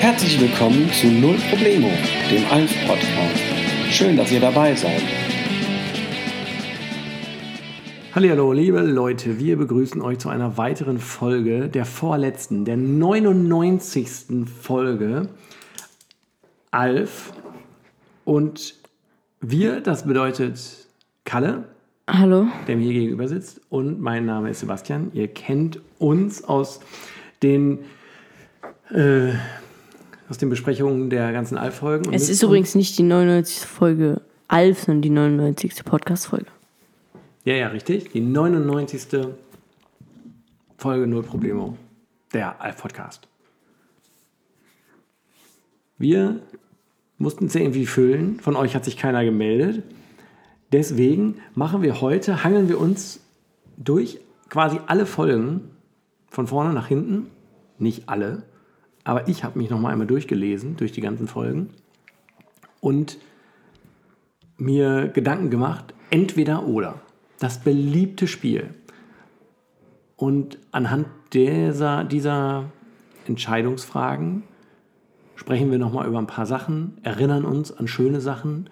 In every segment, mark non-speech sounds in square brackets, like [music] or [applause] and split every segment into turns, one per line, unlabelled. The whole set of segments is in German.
Herzlich willkommen zu Null Problemo, dem Alf-Podcast. Schön, dass ihr dabei seid.
Hallo, liebe Leute, wir begrüßen euch zu einer weiteren Folge, der vorletzten, der 99. Folge Alf. Und wir, das bedeutet Kalle,
Hallo?
der mir hier gegenüber sitzt, und mein Name ist Sebastian. Ihr kennt uns aus den, äh, aus den Besprechungen der ganzen Alf-Folgen. und
Es
müsst
ist
uns-
übrigens nicht die 99. Folge Alf, sondern die 99. Podcast-Folge.
Ja, ja, richtig. Die 99. Folge Null Problemo. Der Alf-Podcast. Wir mussten es ja irgendwie füllen. Von euch hat sich keiner gemeldet. Deswegen machen wir heute, hangeln wir uns durch quasi alle Folgen von vorne nach hinten. Nicht alle, aber ich habe mich noch mal einmal durchgelesen, durch die ganzen Folgen. Und mir Gedanken gemacht, entweder oder. Das beliebte Spiel. Und anhand dieser, dieser Entscheidungsfragen sprechen wir nochmal über ein paar Sachen, erinnern uns an schöne Sachen.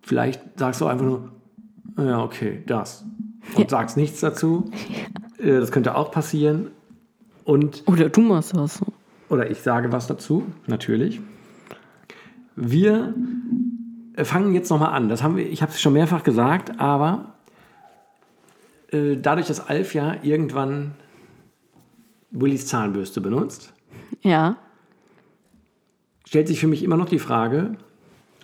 Vielleicht sagst du einfach nur, ja, okay, das. Und sagst nichts dazu. Äh, Das könnte auch passieren. Und
Oder du machst was.
oder ich sage was dazu, natürlich. Wir äh, fangen jetzt nochmal an. Das haben wir, ich habe es schon mehrfach gesagt, aber äh, dadurch, dass Alf ja irgendwann Willys Zahnbürste benutzt,
Ja.
stellt sich für mich immer noch die Frage,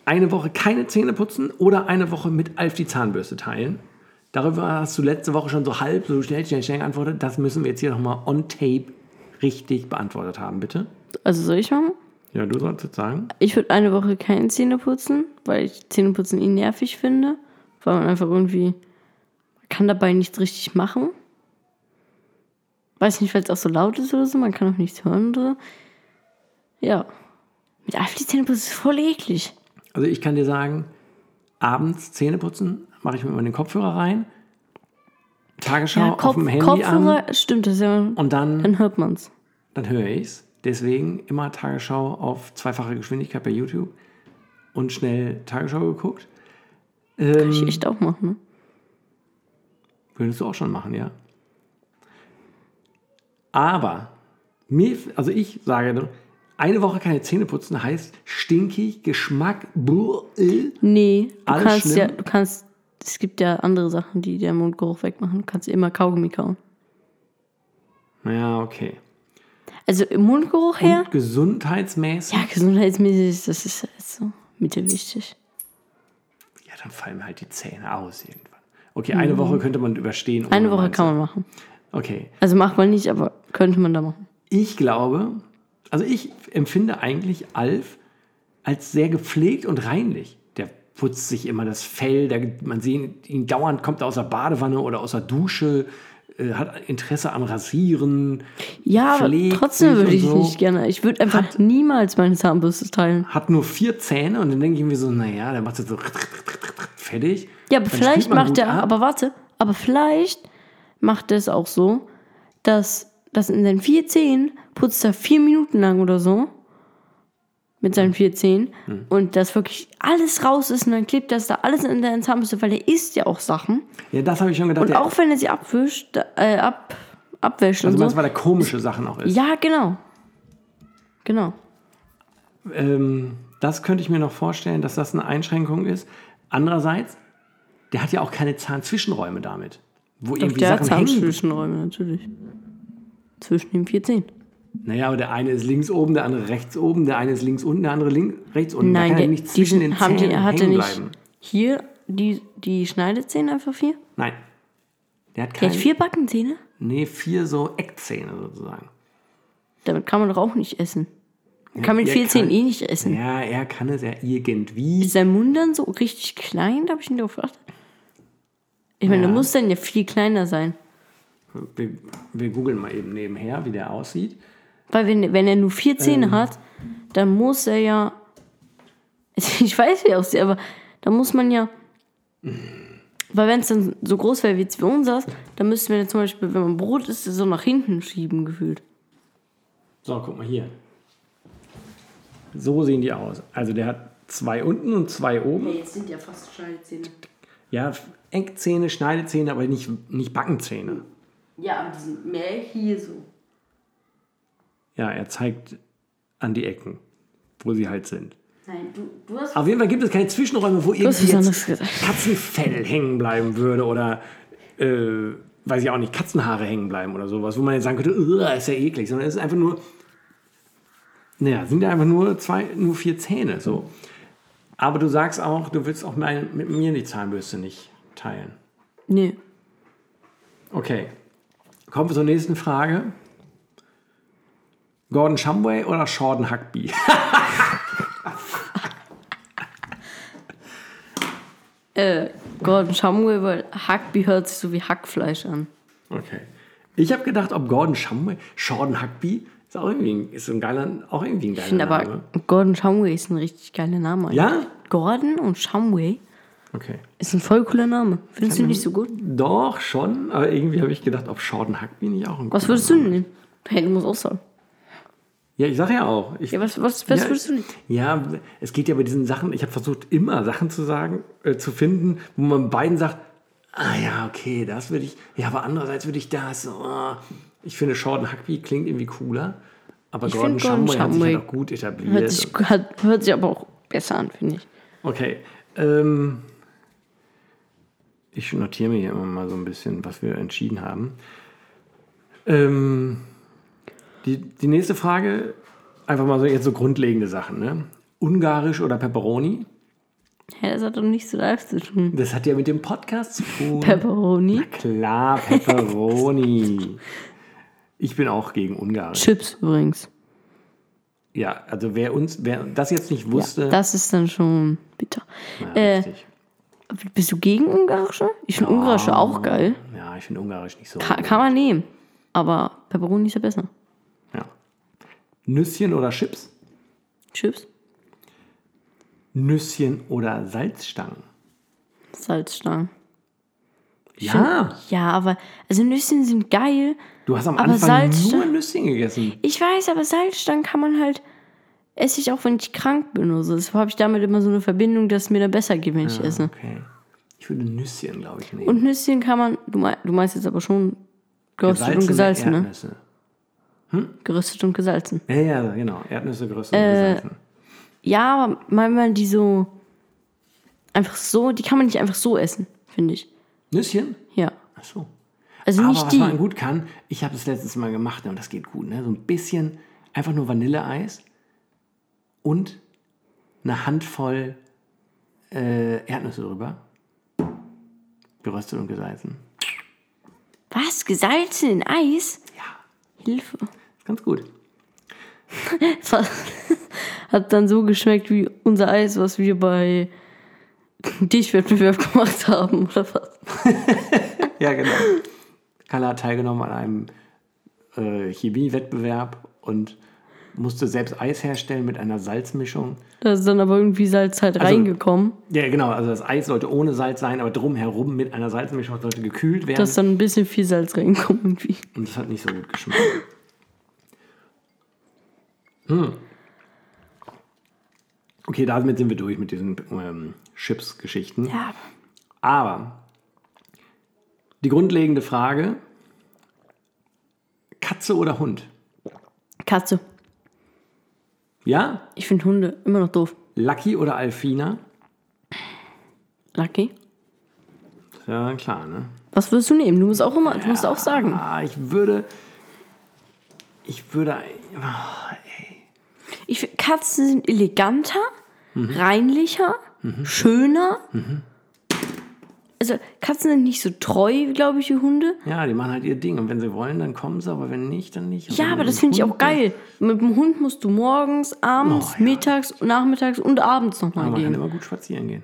eine Woche keine Zähne putzen oder eine Woche mit Alf die Zahnbürste teilen. Darüber hast du letzte Woche schon so halb, so schnell, schnell, schnell geantwortet. Das müssen wir jetzt hier nochmal on tape richtig beantwortet haben, bitte.
Also soll ich machen?
Ja, du solltest sagen.
Ich würde eine Woche keine Zähne putzen, weil ich Zähneputzen eh nervig finde. Weil man einfach irgendwie man kann dabei nichts richtig machen. Weiß nicht, weil es auch so laut ist oder so. Man kann auch nichts hören oder so. Ja. Mit Alf die Zähne putzen ist voll eklig.
Also ich kann dir sagen, abends Zähne putzen, mache ich mir immer den Kopfhörer rein, Tagesschau
Ja,
auf
Kopf,
dem Handy an
Kopfhörer, stimmt, das ist ja,
und dann,
dann hört man's.
dann höre ich's. Deswegen immer Tagesschau auf zweifache Geschwindigkeit bei YouTube und schnell Tagesschau geguckt.
Kann ich echt auch machen, ne?
Würdest du auch schon machen, ja. Aber mir, also ich sage, eine Woche keine Zähne putzen heißt stinkig, Geschmack, brr, äh.
Nee, du
Alles
kannst ja,
schlimm?
du kannst, es gibt ja andere Sachen, die den Mundgeruch wegmachen. Du kannst immer Kaugummi kauen.
ja, okay.
Also im Mundgeruch her,
Und gesundheitsmäßig.
ja, gesundheitsmäßig, ist das ist halt so mittelwichtig.
Ja, dann fallen mir halt die Zähne aus irgendwann. Okay, eine Woche könnte man überstehen. ohne
Mhm. Eine Woche
Mainzer.
kann man machen.
Okay,
Also macht man nicht, aber könnte man da machen.
ich glaube, also ich empfinde eigentlich Alf als sehr gepflegt und reinlich. Der putzt sich immer das Fell, der, man sieht ihn dauernd, kommt er aus der Badewanne oder aus der Dusche, äh, hat Interesse am Rasieren,
Ja, aber
Pflegt
trotzdem
sich
würde
und
ich
so.
nicht gerne. Ich würde einfach niemals meine Zahnbürste teilen.
hat nur vier Zähne und dann denke ich mir so, naja, der macht jetzt so fertig.
Ja, aber
Dann
vielleicht
spielt man
macht
gut
er,
ab.
aber warte, aber vielleicht macht er es auch so, dass, dass in seinen vier Zehen putzt er vier Minuten lang oder so mit seinen vier Zehen
Hm.
und dass wirklich alles raus ist und dann klebt das da alles in der Zahnbürste, weil er isst ja auch Sachen
Ja, das habe ich schon gedacht.
und
der,
auch wenn er sie abwischt, äh, ab, abwäscht
also,
und
meinst,
so.
weil der komische Sachen auch ist.
Ja, genau. Genau.
Ähm, das könnte ich mir noch vorstellen, dass das eine Einschränkung ist. Andererseits, der hat ja auch keine Zahnzwischenräume damit. Wo
Doch
irgendwie
der hat
Sachen hängen.
Zahnzwischenräume natürlich. Zwischen den vier Zehen.
Naja, aber der eine ist links oben, der andere rechts oben, der eine ist links unten, der andere links, rechts unten. da
Nein,
kann
der,
ja nicht
die
zwischen den
haben
Zähnen
die, er hatte
hängen
nicht
bleiben.
hier die, die Schneidezähne einfach vier?
Nein. Der hat
Der
keine.
hat vier Backenzähne?
Nee, vier so Eckzähne sozusagen.
Damit kann man doch auch nicht essen. Man kann mit
ihr
vier Zähnen
kann-
eh nicht essen.
Ja, er kann es ja irgendwie.
Ist sein Mund dann so richtig klein? Da habe ich nicht drauf geachtet. Ich meine,
Ja.
der muss dann ja viel kleiner sein.
Wir, wir googeln mal eben nebenher, wie der aussieht.
Weil wenn, wenn er nur vier Zähne hat, dann muss er ja... [laughs] Ich weiß, wie er aussieht, aber da muss man ja... Weil wenn es dann so groß wäre wie jetzt für unseres, dann müssten wir dann zum Beispiel, wenn man Brot isst, so nach hinten schieben gefühlt.
So, guck mal hier. So sehen die aus. Also der hat zwei unten und zwei oben.
jetzt sind ja fast Schneidezähne.
Ja, Eckzähne, Schneidezähne, aber nicht, nicht Backenzähne.
Ja, aber die sind mehr hier so.
Ja, er zeigt an die Ecken, wo sie halt sind.
Nein, du, du hast.
Auf jeden Fall gibt es keine Zwischenräume, wo
hast
irgendwie
was anderes
jetzt
gesagt.
Katzenfell hängen bleiben würde oder, äh, weiß ich auch nicht, Katzenhaare hängen bleiben oder sowas, wo man jetzt sagen könnte, "Ugh, ist ja eklig, sondern es ist einfach nur, naja, sind ja einfach nur zwei, nur vier Zähne, so. Aber du sagst auch, du willst auch mein, mit mir die Zahnbürste nicht teilen.
Nee.
Okay. Kommen wir zur nächsten Frage. Gordon Shumway oder Jordan Huckby?
Äh, Gordon Shumway, weil Hackby hört sich so wie Hackfleisch an.
Okay. Ich habe gedacht, ob Gordon Shumway, Jordan Huckby ist auch irgendwie ein, ist so ein geiler, auch irgendwie ein geiler
Ich finde
Name.
aber, Gordon Shumway ist ein richtig geiler Name. eigentlich.
Ja?
Gordon und Shumway
Okay.
ist ein voll cooler Name. Findest du nicht so gut?
Doch, schon, aber irgendwie habe ich gedacht, ob Jordan Huckby nicht auch ein
Was
cooler
würdest du denn nehmen? Hey, du musst auch sagen.
Ja, ich sage ja auch. Ich,
Ja, was, was, was
Ja,
würdest du nehmen?
Ja, es geht ja bei diesen Sachen, ich habe versucht, immer Sachen zu sagen, äh, zu finden, wo man beiden sagt, ah ja, okay, das würde ich, ja, aber andererseits würde ich das, oh. ich finde Jordan Huckby klingt irgendwie cooler, aber Gordon
find Gordon
Shumway hat sich
Shumway
halt auch gut etabliert.
Hört sich, hat, hört sich aber auch besser an, finde ich.
Okay, ähm, ich notiere mir hier immer mal so ein bisschen, was wir entschieden haben. Ähm, die, die nächste Frage, einfach mal so jetzt so grundlegende Sachen, ne? Ungarisch oder Pepperoni?
Hä, das hat doch nichts so live zu tun.
Das hat ja mit dem Podcast zu tun.
Pepperoni, [laughs]
Klar, Pepperoni. Ich bin auch gegen Ungarisch.
Chips übrigens.
Ja, also wer uns, wer das jetzt nicht
Ja,
wusste,
das ist dann schon bitter.
ja,
äh,
richtig.
Bist du gegen Ungarische? Ich finde Ungarische auch geil.
Ja, ich finde Ungarisch nicht so.
Kann, kann man nehmen. Aber Pepperoni ist ja besser.
Ja. Nüsschen oder Chips?
Chips,
Nüsschen oder Salzstangen?
Salzstangen.
Ja,
Ja, aber also Nüsschen sind geil.
du hast am
Aber
Anfang nur
Salzstangen-
Nüsschen gegessen.
Ich weiß, aber Salzstangen kann man halt esse ich auch, wenn ich krank bin oder so. Deshalb habe ich damit immer so eine Verbindung, dass es mir dann besser geht, wenn ich esse.
Okay. Ich würde Nüsschen, glaube ich, nehmen.
Und Nüsschen kann man, du, mei- du meinst jetzt aber schon geröstet und gesalzen, ne?
Erdnüsse.
Geröstet und gesalzen.
Ja, ja, genau. Erdnüsse größer
Äh,
und gesalzen.
Ja, aber manchmal die so einfach so, die kann man nicht einfach so essen, finde ich.
Nüsschen?
Ja.
Ach so.
Also
Aber
nicht
was man
die.
gut kann, ich habe das letztes Mal gemacht ne, und das geht gut, ne? So ein bisschen einfach nur Vanilleeis und eine Handvoll äh, Erdnüsse drüber. Geröstet und gesalzen.
Was? Gesalzen in Eis?
Ja,
Hilfe. [laughs]
ist ganz gut.
Es war- Hat dann so geschmeckt wie unser Eis, was wir bei [laughs] Dich-Wettbewerb gemacht haben, oder was?
Ja, genau. Carla hat teilgenommen an einem äh, Chemiewettbewerb und musste selbst Eis herstellen mit einer Salzmischung.
Da ist dann aber irgendwie Salz halt
Also,
reingekommen,
Ja, genau. Also das Eis sollte ohne Salz sein, aber drumherum mit einer Salzmischung sollte gekühlt werden.
dass dann ein bisschen viel Salz reinkommt irgendwie.
Und das hat nicht so gut geschmeckt. Hm. Okay, damit sind wir durch mit diesen ähm, Chips-Geschichten.
Ja.
Aber die grundlegende Frage: Katze oder Hund?
Katze.
Ja?
Ich finde Hunde immer noch doof.
Lucky oder Alfina?
Lucky.
Ist Ja, klar, ne?
Was würdest du nehmen? Du musst auch immer, du musst auch sagen.
Ah, ich würde. Ich würde.
Ich find, Katzen sind eleganter, reinlicher, schöner. Also Katzen sind nicht so treu, glaube ich, wie Hunde.
Ja, die machen halt ihr Ding. Und wenn sie wollen, dann kommen sie, aber wenn nicht, dann nicht. Und
Ja,
wenn
aber
du
das finde ich
einen
auch
Hund hast-
geil. Mit dem Hund musst du morgens,
Oh,
abends,
ja.
mittags, nachmittags und abends nochmal
Aber man kann
gehen.
immer gut spazieren gehen.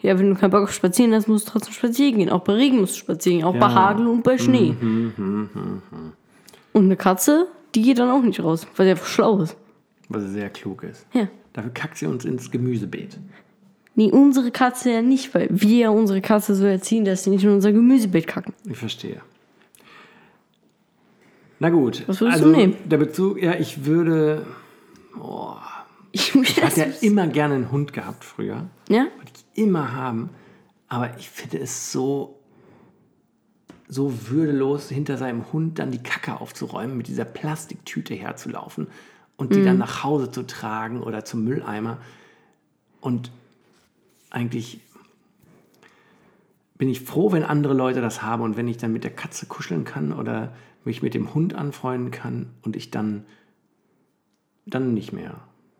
Ja, wenn du keinen Bock auf Spazieren hast, musst du trotzdem spazieren gehen. Auch bei Regen musst du spazieren gehen, auch bei Hagel und bei Schnee.
Mhm,
Und eine Katze, die geht dann auch nicht raus, weil sie einfach schlau ist.
Was sehr klug ist.
Ja.
Dafür kackt sie uns ins Gemüsebeet.
Nee, unsere Katze ja nicht, weil wir unsere Katze so erziehen, dass sie nicht in unser Gemüsebeet kacken.
Ich verstehe. Na gut.
Was würdest du nehmen?
also Der Bezug, ja, ich würde.
Ich, ich
Hat ja immer gerne einen Hund gehabt früher.
ja?
Wollte ich immer haben. Aber ich finde es so, so würdelos, hinter seinem Hund dann die Kacke aufzuräumen, mit dieser Plastiktüte herzulaufen und die
Mhm.
dann nach Hause zu tragen oder zum Mülleimer. Und eigentlich bin ich froh, wenn andere Leute das haben und wenn ich dann mit der Katze kuscheln kann oder mich mit dem Hund anfreunden kann und ich dann, dann nicht mehr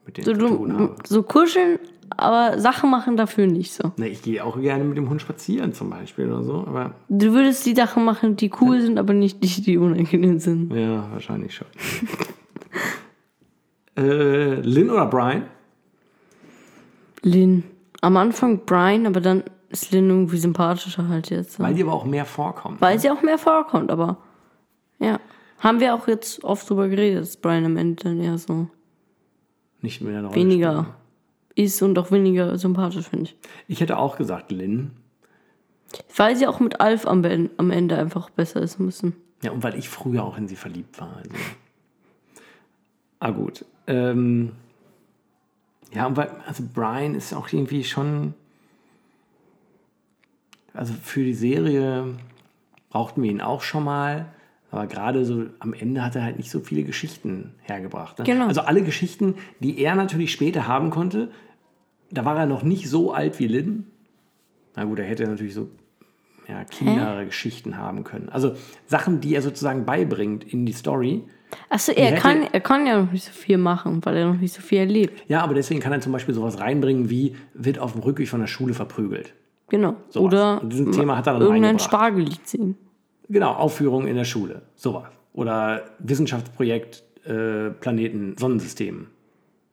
mit denen
So,
zu tun
du,
habe.
so kuscheln, aber Sachen machen dafür nicht so.
Na, ich gehe auch gerne mit dem Hund spazieren zum Beispiel oder so, aber
Du würdest die Sachen machen, die cool sind, aber nicht die, die unangenehm sind.
ja, wahrscheinlich
[laughs]
schon. äh, Lynn oder Brian?
Lynn. Am Anfang Brian, aber dann ist Lynn irgendwie sympathischer halt jetzt.
Weil die aber auch mehr vorkommen.
Weil sie auch mehr vorkommt, aber ja. Haben wir auch jetzt oft drüber geredet, dass Brian am Ende dann eher so
Nicht mehr eine Rolle
weniger ist und auch weniger sympathisch, finde ich.
spielen. Ich hätte auch gesagt Lynn.
Weil sie auch mit Alf am, Ben- am Ende einfach besser ist müssen.
Ja, und weil ich früher auch in sie verliebt war. Also. Ah, gut. Ähm, ja, und weil, also Brian ist auch irgendwie schon. Also für die Serie brauchten wir ihn auch schon mal. Aber gerade so am Ende hat er halt nicht so viele Geschichten hergebracht. Ne?
Genau.
Also alle Geschichten, die er natürlich später haben konnte, da war er noch nicht so alt wie Lynn. Na gut, er hätte natürlich so ja, Kindergeschichten haben können. Also Sachen, die er sozusagen beibringt in die Story.
Achso, er
hätte-
kann, er kann ja noch nicht so viel machen, weil er noch nicht so viel erlebt.
Ja, aber deswegen kann er zum Beispiel sowas reinbringen wie, wird auf dem Rückweg von der Schule verprügelt.
Genau.
Sowas.
Oder
Und dieses Thema hat er dann
irgendein
reingebracht.
Spargellied singen.
Genau, Aufführung in der Schule, sowas. Oder Wissenschaftsprojekt, äh, Planeten, Sonnensystem.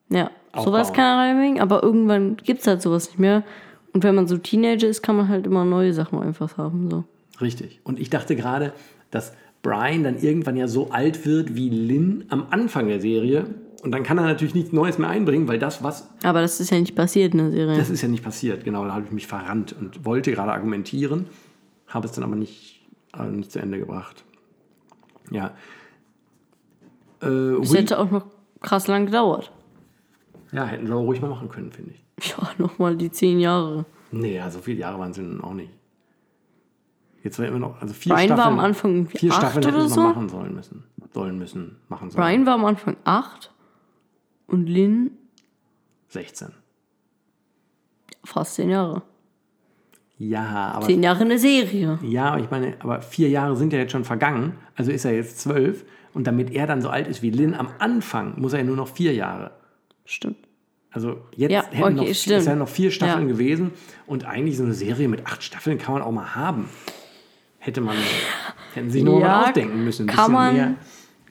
Ja,
Aufbauen.
sowas kann er reinbringen, aber irgendwann gibt es halt sowas nicht mehr. Und wenn man so Teenager ist, kann man halt immer neue Sachen einfach haben. So.
Richtig. Und ich dachte gerade, dass Brian dann irgendwann ja so alt wird wie Lynn am Anfang der Serie. Und dann kann er natürlich nichts Neues mehr einbringen, weil das, was
Aber das ist ja nicht passiert in der Serie.
Das ist ja nicht passiert, genau. Da habe ich mich verrannt und wollte gerade argumentieren, habe es dann aber nicht, äh, nicht zu Ende gebracht. Ja. Äh,
das
We
hätte auch noch krass lang gedauert. [laughs]
ja, hätten sie aber ruhig mal machen können, finde ich.
Ja, nochmal die zehn Jahre.
Nee, ja, so viele Jahre waren es dann auch nicht. Jetzt war immer noch, also vier
Brian war
Staffeln.
am Anfang irgendwie
vier
acht
Staffeln hätten
oder
sie
so.
noch machen sollen müssen. Sollen müssen, machen sollen.
Brian war am Anfang acht und Lynn
16.
fast zehn Jahre.
Ja, aber
Zehn Jahre in der Serie.
Ja, aber ich meine, aber vier Jahre sind ja jetzt schon vergangen, also ist er jetzt zwölf. Und damit er dann so alt ist wie Lin am Anfang, muss er ja nur noch vier Jahre.
Stimmt.
Also jetzt
Ja,
hätten
okay,
noch,
stimmt.
ist ja noch vier Staffeln
Ja.
gewesen. Und eigentlich so eine Serie mit acht Staffeln kann man auch mal haben. Hätte man, hätten sich nur mal ausdenken müssen. Ein
kann
bisschen
man,
mehr.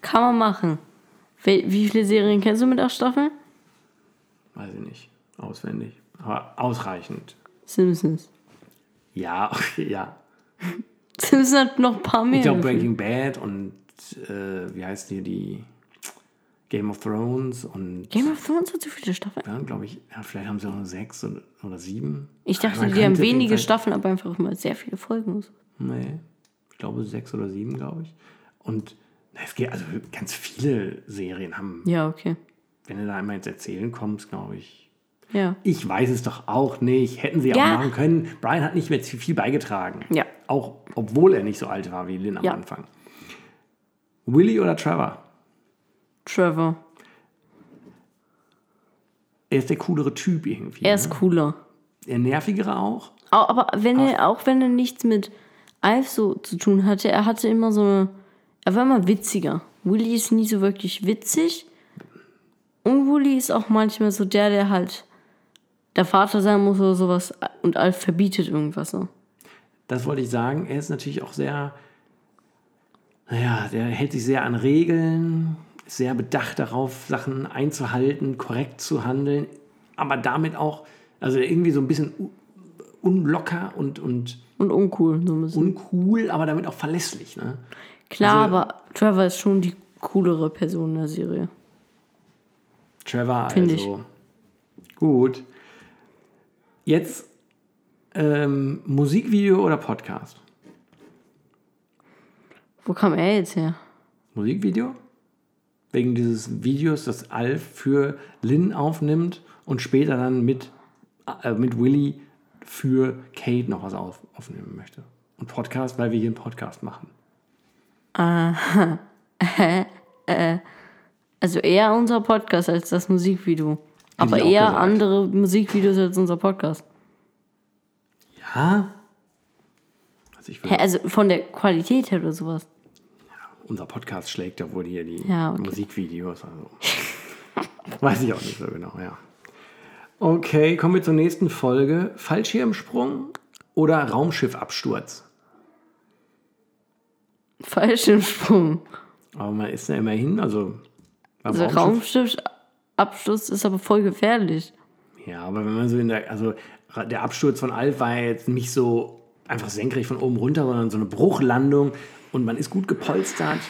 kann man machen. Wie, wie viele Serien kennst du mit acht Staffeln?
Weiß ich nicht. Auswendig. Aber ausreichend.
Simpsons.
Ja, [laughs] okay, ja.
Simpsons hat noch ein paar mehr.
Ich glaube Breaking Bad und äh, wie heißt hier die Game of Thrones und
Game of Thrones hat so viele Staffeln.
Ja, glaube ich, ja, vielleicht haben sie auch nur sechs oder, oder sieben.
Ich dachte,
Man
die haben
könnte
wenige
jedenfalls-
Staffeln, aber einfach immer sehr viele Folgen. und so.
Nee, ich glaube sechs oder sieben, glaube ich. Und na, es geht, also ganz viele Serien haben,
Ja, okay.
wenn du da einmal ins Erzählen kommst, glaube ich.
Ja.
Ich weiß es doch auch nicht. Hätten sie
Ja.
auch machen können. Brian hat nicht mehr zu viel beigetragen.
Ja.
Auch obwohl er nicht so alt war wie Lynn am
Ja.
Anfang. Willy oder Trevor?
Trevor.
Er ist der coolere Typ irgendwie. ne?
Er ist cooler.
Der nervigere auch.
Au- Aber wenn er, auch wenn er nichts mit Alf so zu tun hatte, er hatte immer so eine. Er war immer witziger. Willy ist nie so wirklich witzig. Und Willy ist auch manchmal so der, der halt der Vater sein muss oder sowas. Und Alf verbietet irgendwas ne? so.
Das wollte ich sagen. Er ist natürlich auch sehr, naja, der hält sich sehr an Regeln, ist sehr bedacht darauf, Sachen einzuhalten, korrekt zu handeln, aber damit auch, also irgendwie so ein bisschen u- unlocker und, und
Und uncool. So ein bisschen.
uncool, aber damit auch verlässlich. Ne?
Klar,
also-
aber Trevor ist schon die coolere Person in der Serie.
Trevor,
Finde
also. Gut. Jetzt ähm, Musikvideo oder Podcast?
Wo kam er jetzt her?
Musikvideo? wegen dieses Videos, das Alf für Lynn aufnimmt und später dann mit, äh, mit Willy für Kate noch was auf, aufnehmen möchte. Und Podcast, weil wir hier einen Podcast machen.
Also eher unser Podcast als das Musikvideo. Aber
ich auch
eher
gesagt.
andere Musikvideos als unser Podcast.
Ja. Also ich
Hä,
würde,
Also von der Qualität her oder sowas.
unser Podcast schlägt ja wohl hier die
Ja, okay.
Musikvideos. Also. [laughs] Weiß ich auch nicht so genau, ja. Okay, kommen wir zur nächsten Folge. Fallschirmsprung oder Raumschiffabsturz?
Fallschirmsprung.
Aber man ist ja immerhin, also. beim
Also
Raumschiff-
Raumschiffabschluss ist aber voll gefährlich.
Ja, aber wenn man so in der, also ra- der Absturz von Alf war ja jetzt nicht so einfach senkrecht von oben runter, sondern so eine Bruchlandung und man ist gut gepolstert,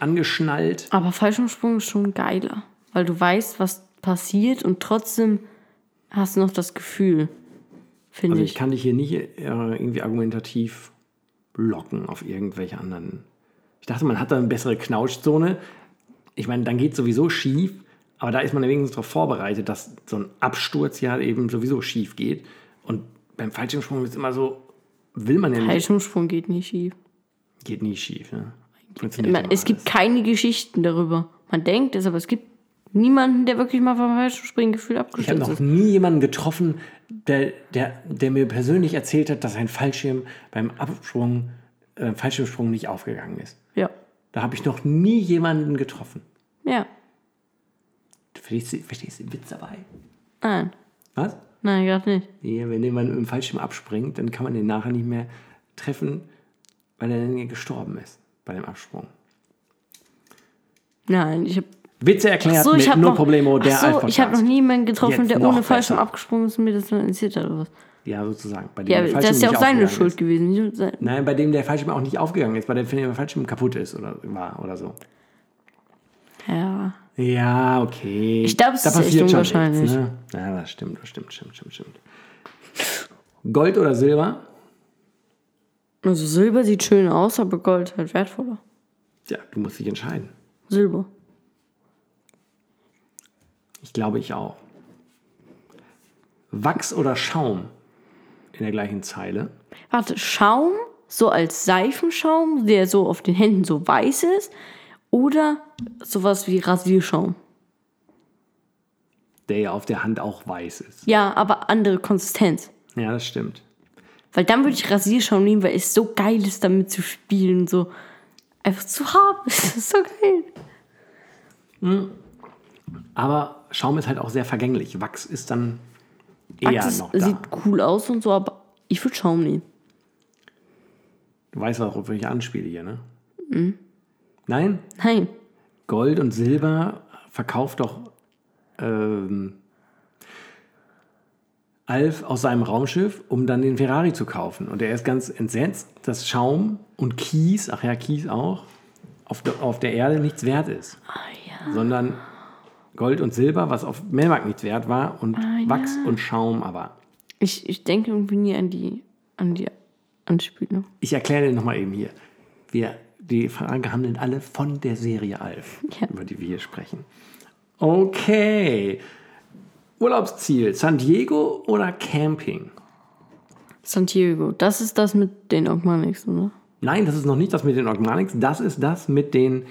angeschnallt.
Aber Fallschirmsprung ist schon geiler. Weil du weißt, was passiert und trotzdem hast du noch das Gefühl. Finde
Also ich
ich.
kann dich hier nicht äh, irgendwie argumentativ locken auf irgendwelche anderen. Ich dachte, man hat da eine bessere Knautschzone. Ich meine, dann geht sowieso schief, aber da ist man ja wenigstens darauf vorbereitet, dass so ein Absturz ja eben sowieso schief geht. Und beim Fallschirmsprung ist immer so, will man ja nicht,
Fallschirmsprung geht nicht schief.
geht nie schief. Ne? Funktioniert
Man,
immer
es
alles.
gibt keine Geschichten darüber. Man denkt es, aber es gibt niemanden, der wirklich mal vom Fallschirmspringen
Ich
gefühlt
habe
abgestürzt
noch
ist.
nie jemanden getroffen, der, der, der mir persönlich erzählt hat, dass ein Fallschirm beim Absprung, äh, Fallschirmsprung nicht aufgegangen ist.
Ja.
Da habe ich noch nie jemanden getroffen.
Ja.
Du verstehst, du- verstehst du den Witz dabei?
Nein.
Was?
Nein, gerade nicht.
Ja, wenn jemand mit dem Fallschirm abspringt, dann kann man den nachher nicht mehr treffen, weil er dann ja gestorben ist bei dem Absprung.
Nein, ich habe
Witze erklärt
so, ich
mit
habe
No
noch,
Problemo, der
ach so, ich habe noch
nie.
niemanden getroffen,
Jetzt
der
noch
ohne Fallschirm
besser.
abgesprungen ist und mir das dann erzählt hat oder was.
Ja, sozusagen. Bei dem
Ja,
der
das ist ja
nicht
auch seine
aufgegangen
Schuld
Ist.
gewesen. nicht nur sein-
Nein, bei dem der Fallschirm auch nicht aufgegangen ist, bei dem der Fallschirm kaputt ist oder war oder so.
Ja.
Ja, okay.
Ich glaub, es
Da
ist echt
passiert schon
unwahrscheinlich.
nichts, ne? Ja, das stimmt, das stimmt, stimmt, stimmt, stimmt. Gold oder Silber?
Also Silber sieht schön aus, aber Gold halt wertvoller.
Ja, du musst dich entscheiden.
Silber.
Ich glaube, ich auch. Wachs oder Schaum? In der gleichen Zeile.
Warte, Schaum, so als Seifenschaum, der so auf den Händen so weiß ist. Oder sowas wie Rasierschaum.
Der ja auf der Hand auch weiß ist.
Ja, aber andere Konsistenz.
Ja, das stimmt.
Weil dann würde ich Rasierschaum nehmen, weil es so geil ist, damit zu spielen. So einfach zu haben. [laughs] Es ist so geil.
Aber Schaum ist halt auch sehr vergänglich. Wachs ist dann eher
Wachs
noch da.
sieht cool aus und so, aber ich würde Schaum nehmen.
Du weißt auch, auf welche Anspiele hier, ne? Nein?
Nein.
Gold und Silber verkauft doch ähm, Alf aus seinem Raumschiff, um dann den Ferrari zu kaufen. Und er ist ganz entsetzt, dass Schaum und Kies, ach ja, Kies auch, auf, der- auf der Erde nichts wert ist. Sondern Gold und Silber, was auf Melmark nichts wert war, und Wachs und Schaum aber.
Ich, ich denke irgendwie nie an die, an die Anspielung.
Ich erkläre dir nochmal eben hier. Wir, die Fragen handeln alle von der Serie Alf,
Ja.
über die wir hier sprechen. Okay. Urlaubsziel, San Diego oder Camping?
San Diego, das ist das mit den Ogmanics, ne?
Nein, das ist noch nicht das mit den Organics. Das ist das mit den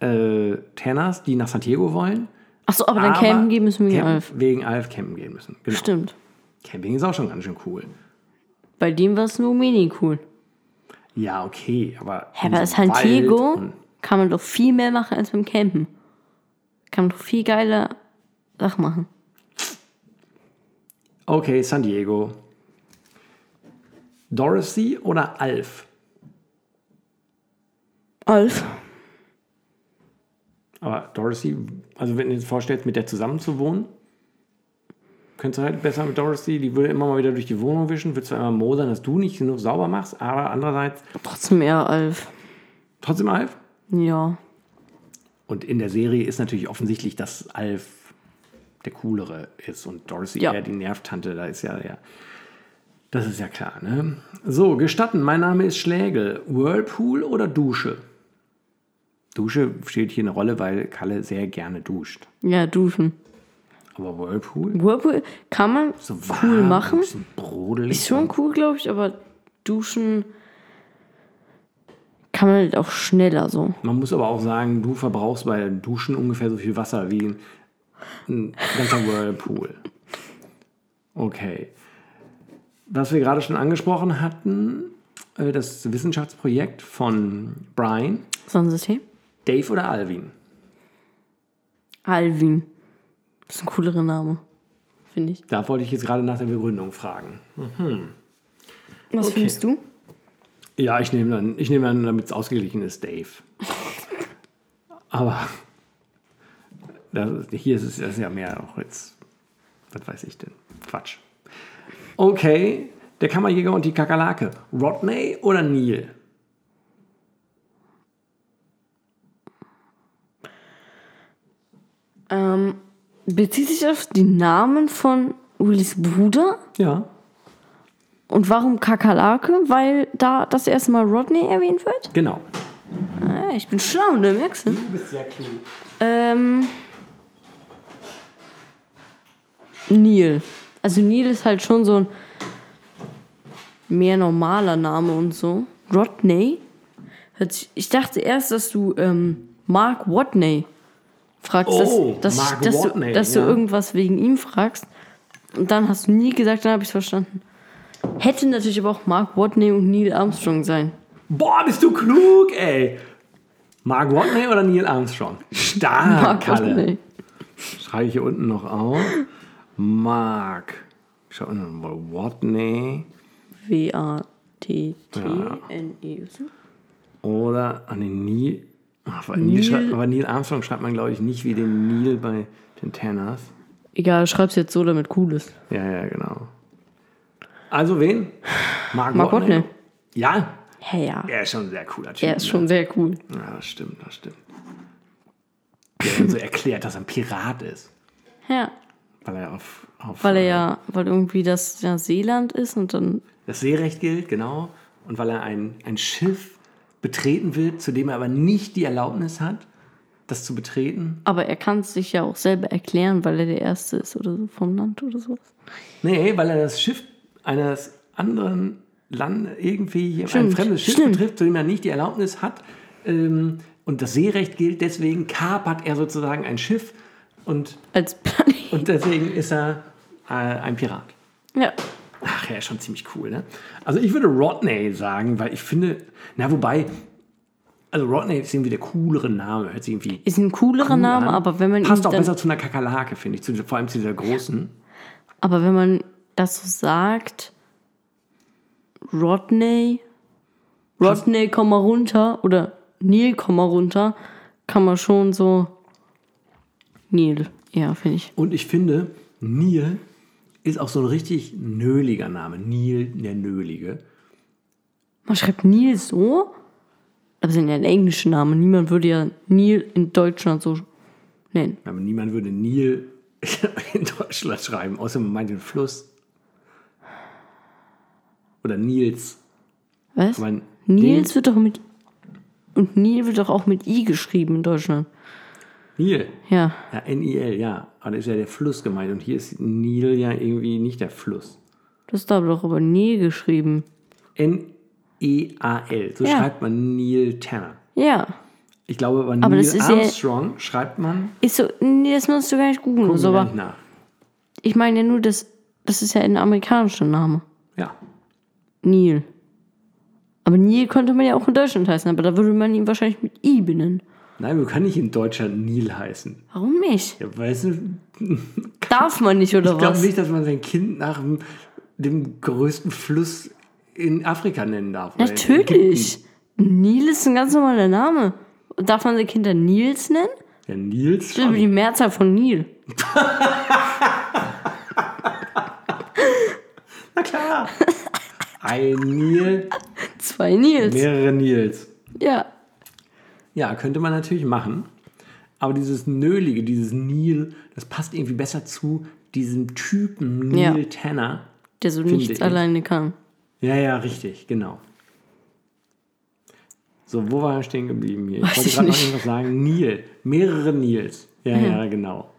äh, Tanners, die nach San Diego wollen.
Achso, aber dann
aber
campen gehen müssen wir in
campen-
Alf.
Wegen Alf campen gehen müssen. Genau.
Stimmt.
Camping ist auch schon ganz schön cool.
Bei dem war es in Rumänien cool.
Ja, okay, aber.
Hä,
in
bei
so
San
einem Wald
Diego
und-
kann man doch viel mehr machen als beim Campen. Kann man doch viel geiler Sachen machen.
Okay, San Diego. Dorothy oder Alf?
Alf?
Aber Dorothy, also wenn du dir vorstellst, mit der zusammen zu wohnen, könntest du halt besser mit Dorothy, die würde immer mal wieder durch die Wohnung wischen, würde zwar immer mosern, dass du nicht genug sauber machst, aber andererseits
Trotzdem eher Alf.
trotzdem Alf.
Ja.
Und in der Serie ist natürlich offensichtlich, dass Alf der Coolere ist und Dorothy
Ja.
eher die Nervtante, da ist ja, ja. Das ist ja klar, ne? So, gestatten, mein Name ist Schlägel. Whirlpool oder Dusche? Dusche spielt hier eine Rolle, weil Kalle sehr gerne duscht.
Ja, duschen.
Aber Whirlpool?
Whirlpool kann man
So
cool
warm, Ein
machen.
bisschen brodelig.
Ist schon cool, glaube ich, aber duschen kann man halt auch schneller so.
Man muss aber auch sagen, du verbrauchst bei Duschen ungefähr so viel Wasser wie ein, ein ganzer Whirlpool. Okay. Was wir gerade schon angesprochen hatten, äh, das Wissenschaftsprojekt von Brian,
Sonnensystem.
Dave oder Alvin?
Alvin. Das ist ein coolerer Name. Finde ich.
Da wollte ich jetzt gerade nach der Begründung fragen.
Was
Okay.
findest du?
Ja, ich nehme dann, ich nehme an, damit es ausgeglichen ist, Dave. Aber das, ist- hier ist es das ist ja mehr auch jetzt, was weiß ich denn, Quatsch. Okay, der Kammerjäger und die Kakerlake. Rodney oder Neil?
Ähm, Bezieht sich auf die Namen von Willys Bruder?
Ja.
Und warum Kakerlake? Weil da das erste Mal Rodney erwähnt wird?
Genau.
Ah, ich bin schlau, ne? Merkst du?
Du bist ja klug.
Ähm. Neil. Also Neil ist halt schon so ein mehr normaler Name und so. Rodney. Hört sich- Ich dachte erst, dass du ähm, Mark Watney fragst.
Oh,
dass, dass,
Mark
dass,
Watney,
du, dass
ja.
du irgendwas wegen ihm fragst. Und dann hast du nie gesagt, dann habe ich es verstanden. Hätte natürlich aber auch Mark Watney und Neil Armstrong sein.
Boah, bist du klug, ey. Mark Rodney oder Neil Armstrong? Stark,
Mark
Kalle.
Watney.
Schreibe ich hier unten noch auf. Mark. Ich schau unten mal Watney
W-A-T-T-N-E.
oder an den Neil. Ach, aber, Neil. schreibt, aber Neil Armstrong schreibt man, glaube ich, nicht wie den Neil bei den Tanners.
Egal, schreib's jetzt so, damit cool ist.
Ja, ja, genau. Also wen? Mark,
Mark Watney.
Ja,
Hä, ja.
er ist schon ein sehr cooler Typ.
Er ist
ne?
schon sehr cool.
Ja, das stimmt, das stimmt. Der hat so erklärt, dass er ein Pirat ist.
Ja,
Weil er auf, auf
weil er ja, weil irgendwie das ja Seeland ist und dann.
das Seerecht gilt, genau. Und weil er ein, ein Schiff betreten will, zu dem er aber nicht die Erlaubnis hat, das zu betreten.
Aber er kann es sich ja auch selber erklären, weil er der Erste ist oder so vom Land oder sowas.
Nee, weil er das Schiff eines anderen Landes irgendwie ein
Stimmt,
fremdes Schiff
stimmt.
betrifft, zu dem er nicht die Erlaubnis hat. Ähm, und das Seerecht gilt, deswegen kapert er sozusagen ein Schiff und,
Als Planet.
und deswegen ist er äh, ein Pirat.
Ja.
Ach ja, ist schon ziemlich cool, ne? Also ich würde Rodney sagen, weil ich finde, na wobei, also Rodney ist irgendwie der coolere Name, hört sich irgendwie
Ist ein coolerer
cool
Name,
an.
aber wenn man
passt
ihn
auch
dann,
besser zu einer Kakerlake, finde ich, zu, dieser- vor allem zu dieser großen.
aber wenn man das so sagt, Rodney, Rodney, komm mal runter oder Neil, komm mal runter, kann man schon so Neil, ja, finde ich.
Und ich finde, Neil ist auch so ein richtig nöliger Name, Neil der Nölige.
Man schreibt Neil so? Aber sind ja ein englischer Name. Niemand würde ja Neil in Deutschland so nennen.
Aber niemand würde Neil [laughs] in Deutschland schreiben, außer man meint den Fluss. Oder Nils.
Was?
Aber ein
Nils wird doch mit. Und Neil wird doch auch mit I geschrieben in Deutschland.
Neil.
Ja.
Ja, NIL, ja. Aber da ist ja der Fluss gemeint. Und hier ist Nil ja irgendwie nicht der Fluss.
Das ist da doch aber Neil geschrieben.
N-E-A-L. E So
Ja.
schreibt man Neil Tanner.
Ja.
Ich glaube, aber,
Aber
Neil
das ist ja-
Armstrong schreibt man.
Ist so. Nee, das musst du gar nicht googeln.
Gucken
So,
wir
aber
gleich nach.
ich meine ja nur, das, das ist ja ein amerikanischer Name.
Ja.
Neil. Aber Neil könnte man ja auch in Deutschland heißen, aber da würde man ihn wahrscheinlich mit I benennen.
Nein, wir können nicht in Deutschland Neil heißen.
Warum nicht?
Ja, weißt du,
Darf man nicht, oder
ich
was?
glaube nicht, dass man sein Kind nach dem, dem größten Fluss in Afrika nennen darf. oder in Ägypten.
Natürlich. Nil ist ein ganz normaler Name. Und Darf man seine Kinder Nils nennen?
Ja, Nils
Das ist
schon.
die Mehrzahl von Nil.
Na klar. Ein Nil,
Zwei Nils.
mehrere Nils.
Ja.
Ja, könnte man natürlich machen. Aber dieses Nölige, dieses Neil, das passt irgendwie besser zu diesem Typen Neil
Ja.
Tanner.
Der so
Finde
nichts
ich.
alleine kann.
Ja, ja, richtig, genau. So, wo war er stehen geblieben hier? Ich
Weiß
wollte
ich
gerade noch
nicht. Mhm.
irgendwas sagen. Neil. Mehrere Nils. Ja, ja, genau.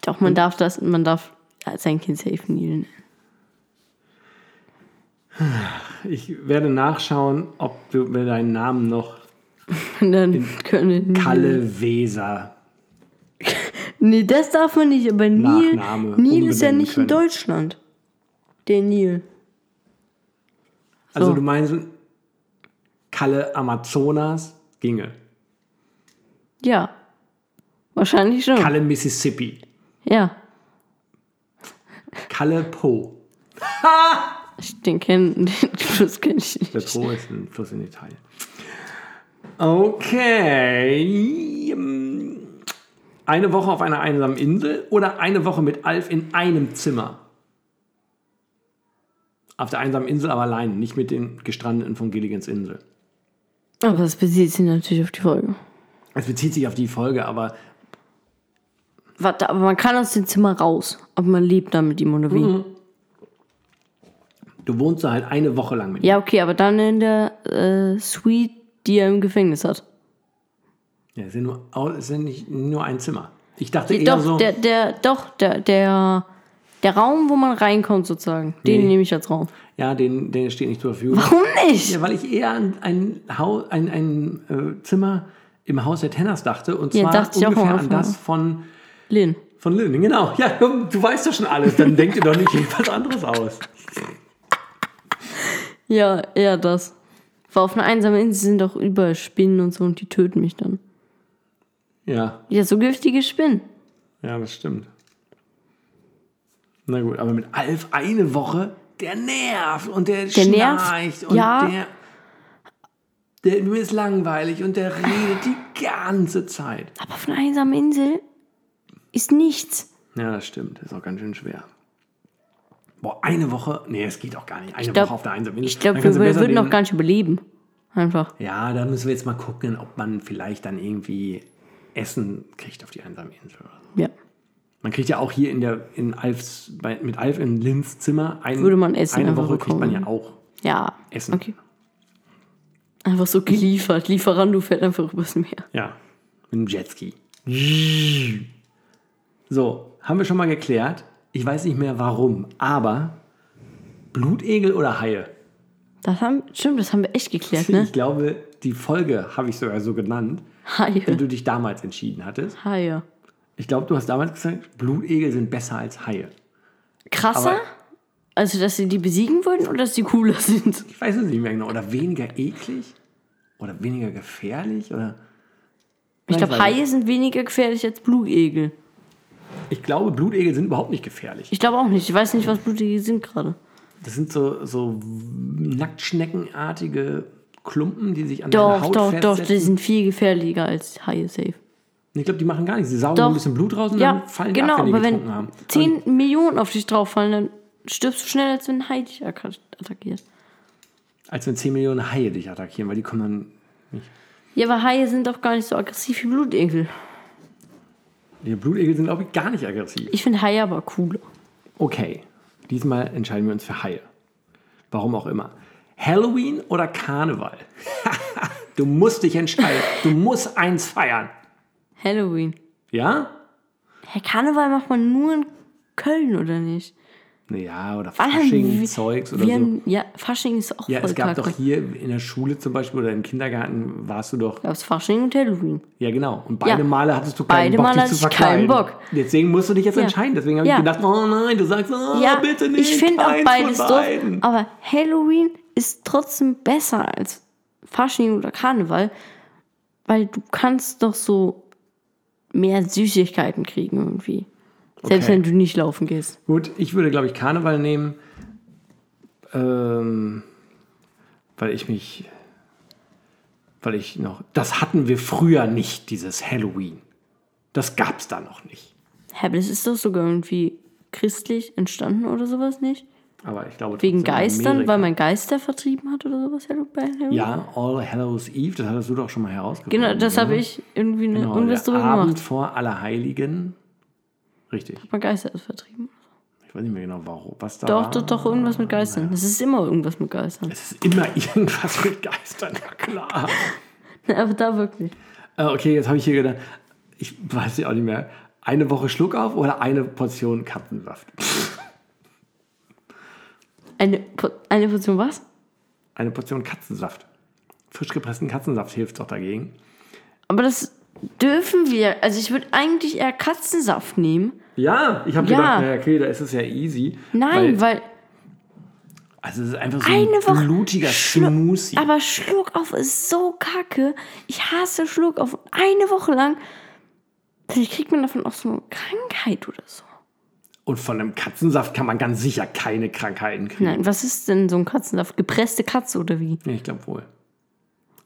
Doch, man darf das, man darf sein Kind safe kneelen.
Ich werde nachschauen, ob du mir deinen Namen noch
[laughs] Und dann können. Mhm.
Kalle Weser.
Nee, das darf man nicht, aber Nil,
Nachname
Nil ist ja
umbenennen
nicht in
können.
Deutschland. Der Nil.
Also
So.
du meinst Kalle Amazonas ginge.
Ja. Wahrscheinlich schon.
Kalle Mississippi.
Ja.
Kalle Po.
Ich- Den kennen, [laughs] den Fluss kenne ich
Der
nicht.
Po ist ein Fluss in Italien. Okay. Eine Woche auf einer einsamen Insel oder eine Woche mit Alf in einem Zimmer? Auf der einsamen Insel aber allein, nicht mit den Gestrandeten von Gilligans Insel.
Aber das bezieht sich natürlich auf die Folge.
Es bezieht sich auf die Folge, aber
Warte, aber man kann aus dem Zimmer raus, ob man lebt dann mit ihm oder wie.
Mhm. du wohnst da halt eine Woche lang mit ihm.
Ja, okay, aber dann in der äh, Suite, die er im Gefängnis hat.
Ja, es sind nur, au- es sind nicht, nur ein Zimmer. Ich dachte eher
Äh, doch,
so,
der, der, doch, der, der, der Raum, wo man reinkommt sozusagen, den
Nee.
nehme ich als Raum.
ja, den, den steht nicht zur Verfügung.
Warum nicht?
Ja, weil ich eher an ein, Haus, ein, ein äh, Zimmer im Haus der Tenners dachte. Und
Ja,
zwar
dachte ich auch
ungefähr
am
an
Anfang.
das von,
Lin.
von Lynn. Genau. Ja, komm, du weißt doch schon alles.
[laughs]
Dann denk dir doch nicht etwas anderes aus.
Ja, eher das. Weil auf einer einsamen Insel sind doch überall Spinnen und so und die töten mich dann.
Ja,
Ja, so giftige Spinnen.
ja, das stimmt. Na gut, aber mit Alf eine Woche, der nervt und der,
nervt,
schnarcht und
ja.
der, der mir ist langweilig und der redet die ganze Zeit.
Aber auf einer einsamen Insel ist nichts.
Ja, das stimmt. Ist auch ganz schön schwer. Boah, eine Woche? Nee, es geht auch gar nicht. Eine
glaub-
Woche auf der einsamen Insel.
Ich glaube,
Dann
wir
kannst du besser
würden
den-
noch gar nicht überleben. Einfach.
Ja, da müssen wir jetzt mal gucken, ob man vielleicht dann irgendwie Essen kriegt auf die einsame Insel. oder so.
Ja.
Man kriegt ja auch hier in der, in Alfs, bei, mit Alf in Linz Zimmer ein,
Würde man Essen
eine
einfach
Woche kriegt man
bekommen.
ja auch
Ja.
Essen.
Okay. Einfach so geliefert. Lieferando fährt einfach übers Meer.
Ja, mit dem Jetski. So, haben wir schon mal geklärt. Ich weiß nicht mehr warum, aber Blutegel oder Haie?
Das haben, stimmt, das haben wir echt geklärt, ne?
Ich glaube, die Folge habe ich sogar so genannt, wie
Haie.
du dich damals entschieden hattest.
Haie.
Ich glaube, du hast damals gesagt, Blutegel sind besser als Haie.
Krasser?
Aber-
also, dass sie die besiegen wollten oder dass sie cooler sind?
Ich weiß es nicht mehr genau. Oder weniger eklig? Oder weniger gefährlich? Oder
Ich glaube,
weiß es
Haie sind weniger gefährlich als Blutegel.
ich glaube, Blutegel sind überhaupt nicht gefährlich.
Ich glaube auch nicht. Ich weiß nicht, was Blutegel sind gerade.
Das sind so, so nacktschneckenartige Klumpen, die sich an der
Doch,
Haut
doch, doch,
festsetzen.
die sind viel gefährlicher als Haie safe.
Ich glaube, die machen gar nichts. Sie saugen
Doch.
ein bisschen Blut raus und
Ja,
dann fallen
genau,
die ab, wenn die
aber
getrunken
wenn
haben. Also
10 Millionen auf dich drauf fallen, dann stirbst du schneller, als wenn ein Hai dich atta- attackiert.
Als wenn 10 Millionen Haie dich attackieren, weil die kommen dann
Ja, aber Haie sind doch gar nicht so aggressiv wie Blutegel.
Die Blutegel sind, glaube ich, gar nicht aggressiv.
Ich finde Haie aber cooler.
Okay, diesmal entscheiden wir uns für Haie. Warum auch immer. Halloween oder Karneval? [laughs] du musst dich entscheiden. Du musst eins feiern.
Halloween.
Ja?
Herr Karneval macht man nur in Köln, oder nicht?
Naja, oder
Wann haben wir-
Fasching, Zeugs oder
wir
so.
haben- Ja, Fasching ist auch
Ja,
voll
es gab doch
kacke.
hier in der Schule zum Beispiel oder im Kindergarten warst du doch.
Gab's Fasching und Halloween.
Ja, genau. Und beide
Ja.
Male hattest du keinen
Beide
Bock,
Male
dich zu
hatte ich keinen
verkleiden.
Bock.
Deswegen musst du dich jetzt
Ja.
entscheiden. Deswegen habe
Ja.
ich gedacht, oh nein, du sagst, oh,
Ja,
bitte nicht.
ich finde
keins
auch
von
beides doof.
beiden.
Aber Halloween ist trotzdem besser als Fasching oder Karneval, weil du kannst doch so mehr Süßigkeiten kriegen irgendwie. Selbst
Okay.
wenn du nicht laufen gehst.
Gut, ich würde, glaube ich, Karneval nehmen, ähm, weil ich mich, weil ich noch, das hatten wir früher nicht, dieses Halloween. Das gab es da noch nicht.
Hä, aber das ist doch sogar irgendwie christlich entstanden oder sowas nicht?
Aber ich glaube, trotzdem
Wegen
in
Geistern, weil
Amerika-
man Geister vertrieben hat oder sowas Hallo- bei Halloween?
Ja, All Hallows Eve, das hattest du doch schon mal herausgefunden.
Genau, das habe
ne?
ich irgendwie ne,
Genau,
irgendwas
der
drüber
Abend
gemacht.
vor Allerheiligen. Richtig.
Man Geister ist vertrieben.
Ich Ich weiß nicht mehr genau, warum, was da
Doch,
war.
doch, doch, irgendwas mit Geistern. Das ist immer irgendwas mit Geistern. [laughs]
Es ist immer [laughs] irgendwas mit Geistern, na klar.
Aber da wirklich.
Äh, okay, jetzt habe ich hier gedacht, ich weiß ja auch nicht mehr, eine Woche Schluck auf oder eine Portion Kartensaft?
Eine, Po- eine Portion was?
Eine Portion Katzensaft. Frisch gepressten Katzensaft hilft doch dagegen.
Aber das dürfen wir. Also ich würde eigentlich eher Katzensaft nehmen.
Ja, ich habe
Ja.
gedacht, naja, okay, da ist es ja easy.
Nein, weil,
also es ist einfach so
Eine Woche
ein blutiger
Schlu-
Smoothie.
aber Schluckauf ist so kacke. Ich hasse Schluckauf. Eine Woche lang. Vielleicht kriegt man davon auch so eine Krankheit oder so.
Und von einem Katzensaft kann man ganz sicher keine Krankheiten kriegen.
Nein, was ist denn so ein Katzensaft? Gepresste Katze oder wie?
Ja, ich glaube wohl.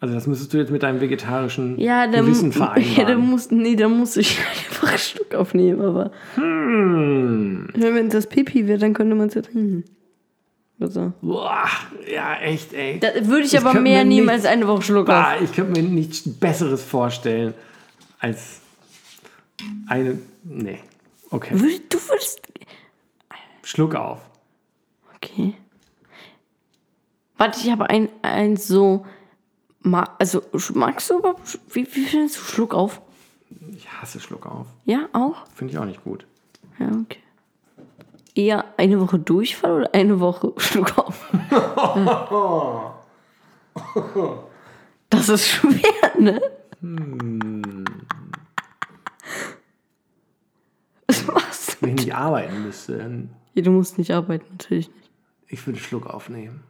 Also das müsstest du jetzt mit deinem vegetarischen
Ja, dann,
Gewissen
[laughs] ja, dann
vereinbaren.
muss, nee, dann muss ich [laughs] einfach einen Schluck aufnehmen, aber.
Hm.
Wenn das Pipi wäre, dann könnte man es ja trinken. Also.
Boah, ja, echt, ey.
Da würde ich, aber
könnte
mehr
mir
nehmen
nicht-
als eine Woche Schluck auf.
Bah, ich könnte mir nichts Besseres vorstellen als eine. Nee. Okay.
Würde, du würdest.
Schluck auf.
Okay. Warte, ich habe ein, ein so. Ma, also, sch- magst du überhaupt. sch- Wie, wie findest du Schluck auf?
Ich hasse Schluck auf.
Ja, auch?
Finde ich auch nicht gut.
Ja, okay. Eher eine Woche Durchfall oder eine Woche [laughs] Schluck auf? das ist schwer, ne? [laughs] Was machst du?
Wenn ich arbeiten müsste, dann
Ja, du musst nicht arbeiten, natürlich nicht.
ich würde Schluck aufnehmen.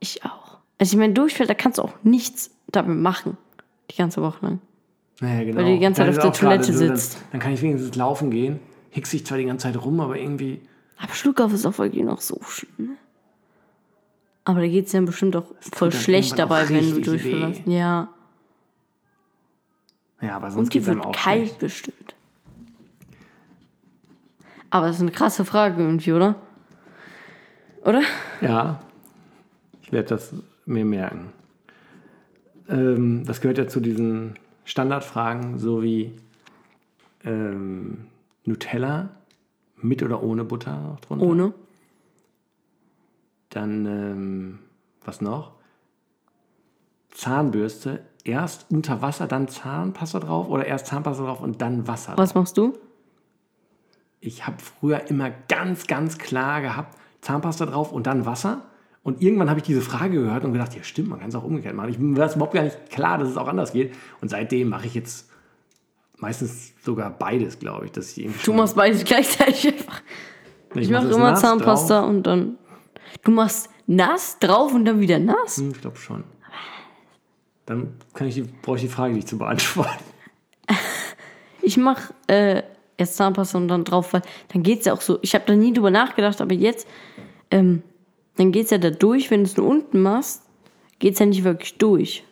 Ich auch. Also ich meine, Durchfall, da kannst du auch nichts damit machen. Die ganze Woche lang.
Naja, genau.
Weil du die ganze Zeit
Dann
auf
ist
der
auch
Toilette
gerade so,
sitzt.
Dann, dann kann ich wenigstens laufen gehen. Hicks ich zwar die ganze Zeit rum, aber irgendwie.
Aber Schluckauf ist auch wirklich noch so schlimm. ne? Aber da geht es dir dann bestimmt auch voll
dann
schlecht
irgendwann auch
dabei, wenn du
richtig weh.
Durchfall hast. Ja.
Ja, aber sonst
Und die
geht's einem
wird
auch
kalt
schlecht.
bestimmt. Aber das ist eine krasse Frage irgendwie, oder? Oder?
Ja. Ich werde das mir merken. Ähm, das gehört ja zu diesen Standardfragen, so wie ähm, Nutella mit oder ohne Butter noch drunter.
Ohne.
Dann, ähm, was noch? Zahnbürste. Erst unter Wasser, dann Zahnpasta drauf oder erst Zahnpasta drauf und dann Wasser.
Was machst du?
Ich habe früher immer ganz, ganz klar gehabt, Zahnpasta drauf und dann Wasser. Und irgendwann habe ich diese Frage gehört und gedacht, ja stimmt, man kann es auch umgekehrt machen. Ich mir war es überhaupt gar nicht klar, dass es auch anders geht. Und seitdem mache ich jetzt meistens sogar beides, glaube ich. Dass ich irgendwie
Du
schon-
machst beides gleichzeitig einfach. Ich mach
das
immer
nass drauf.
Zahnpasta und dann. Du machst nass drauf und dann wieder nass?
Hm, Ich glaube schon. Dann kann ich die, brauche ich die Frage nicht zu beantworten. [laughs]
Ich mach äh, erst Zahnpasta und dann drauf, weil dann geht's ja auch so. Ich habe da nie drüber nachgedacht, aber jetzt, ähm, dann geht's ja da durch. Wenn du es nur unten machst, geht's ja nicht wirklich durch.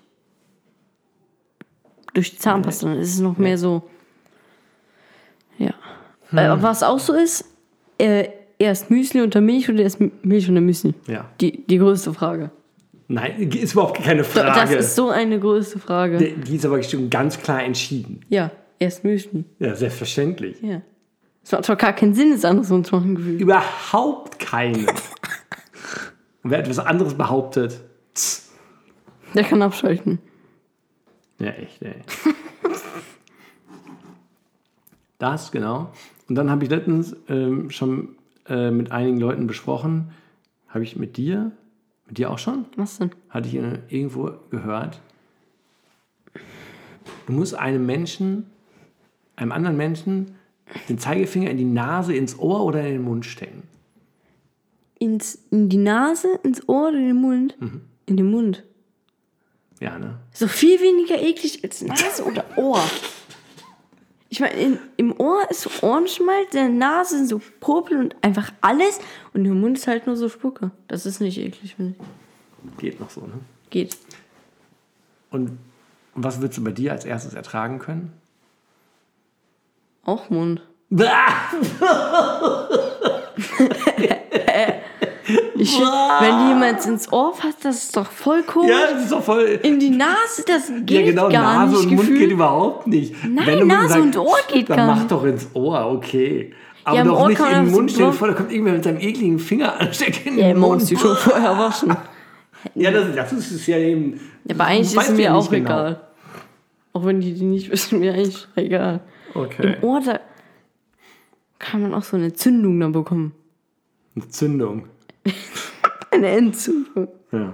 Durch die Zahnpasta, dann ist es noch mehr so. Ja. Äh, was auch so ist, äh, erst Müsli unter Milch oder erst Milch unter Müsli?
Ja.
Die, die größte Frage.
Nein, ist überhaupt keine
Da- Das
Frage.
ist so eine größte Frage.
Die- die ist aber bestimmt ganz klar entschieden.
ja, erst Müsli.
Ja, selbstverständlich.
Ja. Es macht doch gar keinen Sinn, es andersrum zu machen. gefühlt.
Überhaupt keine. Und wer etwas anderes behauptet,
Der kann abschalten.
ja echt, ey. Das, genau. Und dann habe ich letztens ähm, schon äh, mit einigen Leuten besprochen, habe ich mit dir, mit dir auch schon?
Was denn?
hatte ich äh, irgendwo gehört, du musst einem Menschen, einem anderen Menschen, den Zeigefinger in die Nase, ins Ohr oder in den Mund stecken.
Ins, in die Nase, ins Ohr oder in den Mund? In den Mund.
Ja, ne?
So viel weniger eklig als Nase oder Ohr. Ich meine, in, im Ohr ist so Ohrenschmalz, in der Nase sind so Popel und einfach alles. Und im Mund ist halt nur so Spucke. Das ist nicht eklig, finde ich.
Geht noch so, ne?
Geht.
Und, und was würdest du bei dir als erstes ertragen können?
Auch Mund. Ich, wenn jemand ins Ohr fasst, das ist doch voll komisch.
Ja, das ist doch voll.
In die Nase, das geht
Ja, genau,
gar
Nase
nicht.
und Mund
gefühlt.
geht überhaupt nicht.
Nein, Nase und Ohr geht
dann
gar
mach
nicht.
doch ins Ohr, okay. Aber
ja, im
doch
Ohr
nicht
kann
in
man
den
das
Mund.
nicht
Stell dir
machen.
vor, da kommt irgendwer mit seinem ekligen Finger [laughs] an. Steckt in
Ja,
den
im Mund ist die
Mund.
schon vorher waschen.
Ja, das, das ist es ja eben.
Aber eigentlich ist
Weißt
es
du ja
mir
nicht
auch
genau.
egal. Auch wenn die die nicht [laughs] wissen, mir eigentlich egal.
Okay.
Im Ohr, da kann man auch so eine Entzündung dann bekommen.
Eine Zündung.
Eine Entzündung.
Ja.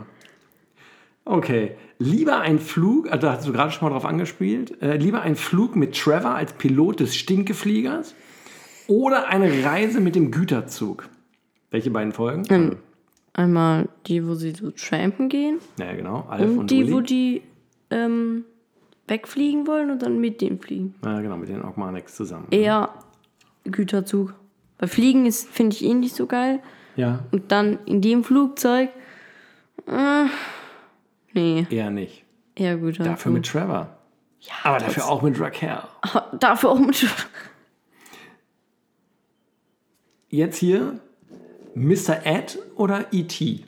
Okay. Lieber ein Flug, also da hast du gerade schon mal drauf angespielt, äh, lieber ein Flug mit Trevor als Pilot des Stinkefliegers oder eine Reise mit dem Güterzug. Welche beiden Folgen?
Einmal die, wo sie so trampen gehen.
Ja, genau. Alf und,
und die,
Uli.
wo die ähm, wegfliegen wollen und dann mit dem fliegen.
Ja, genau, mit den Ogmanics zusammen.
Eher Güterzug. Weil Fliegen ist, finde ich, eh nicht so geil.
Ja,
Und dann in dem Flugzeug. Äh, nee,
eher nicht.
eher Güterzug.
Dafür mit Trevor. Ja, aber dafür auch mit Raquel.
[laughs] Dafür auch mit.
Jetzt hier Mr. Ed oder E E.T.?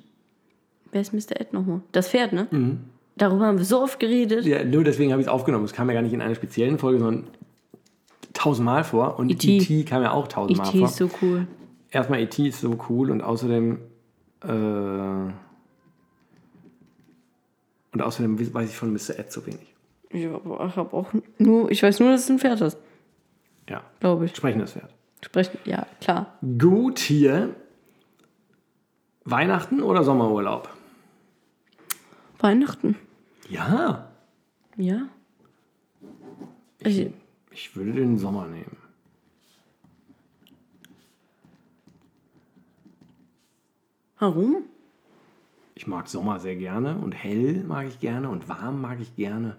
Wer ist Mr. Ed nochmal? Das Pferd, ne? Darüber haben wir so oft geredet.
Mhm. Ja, nur deswegen habe ich es aufgenommen. Es kam ja gar nicht in einer speziellen Folge, sondern tausendmal vor. Und
E.T.
E.T. kam ja auch tausendmal
E.T.
vor.
E ist so cool.
Erstmal E.T. ist so cool und außerdem. Äh, und außerdem wis- weiß ich von Mr. Ed so wenig.
Ich habe auch nur, ich weiß nur, dass es ein Pferd ist,
Ja,
glaube ich.
sprechendes Pferd.
Sprechen, ja, klar.
Gut hier. Weihnachten oder Sommerurlaub?
Weihnachten,
Ja,
ja. Also, Ich,
ich würde den Sommer nehmen.
warum?
Ich mag Sommer sehr gerne und hell mag ich gerne und warm mag ich gerne.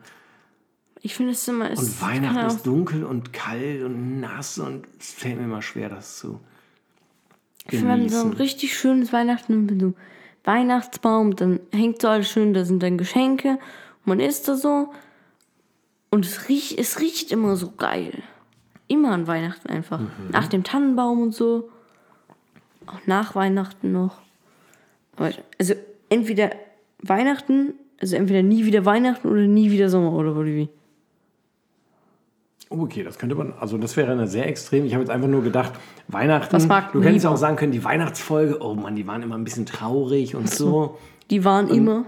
Ich finde es immer. Es
Und Weihnachten
keine
ist dunkel und kalt und nass und es fällt mir immer schwer, das zu
Ich finde so ein
genießen.
richtig schönes Weihnachten mit so Weihnachtsbaum, dann hängt so alles schön, da sind dann Geschenke, man isst da so und es riecht, es riecht immer so geil. Immer an Weihnachten einfach. Nach dem Tannenbaum und so. Auch nach Weihnachten noch. Aber ich- also entweder Weihnachten, also entweder nie wieder Weihnachten oder nie wieder Sommer oder wie.
Oh, okay, das könnte man, also das wäre eine sehr extrem. Ich habe jetzt einfach nur gedacht, Weihnachten.
Was mag
du hättest
lieber?
auch sagen können, die Weihnachtsfolge, oh Mann, die waren immer ein bisschen traurig und so.
Die waren immer.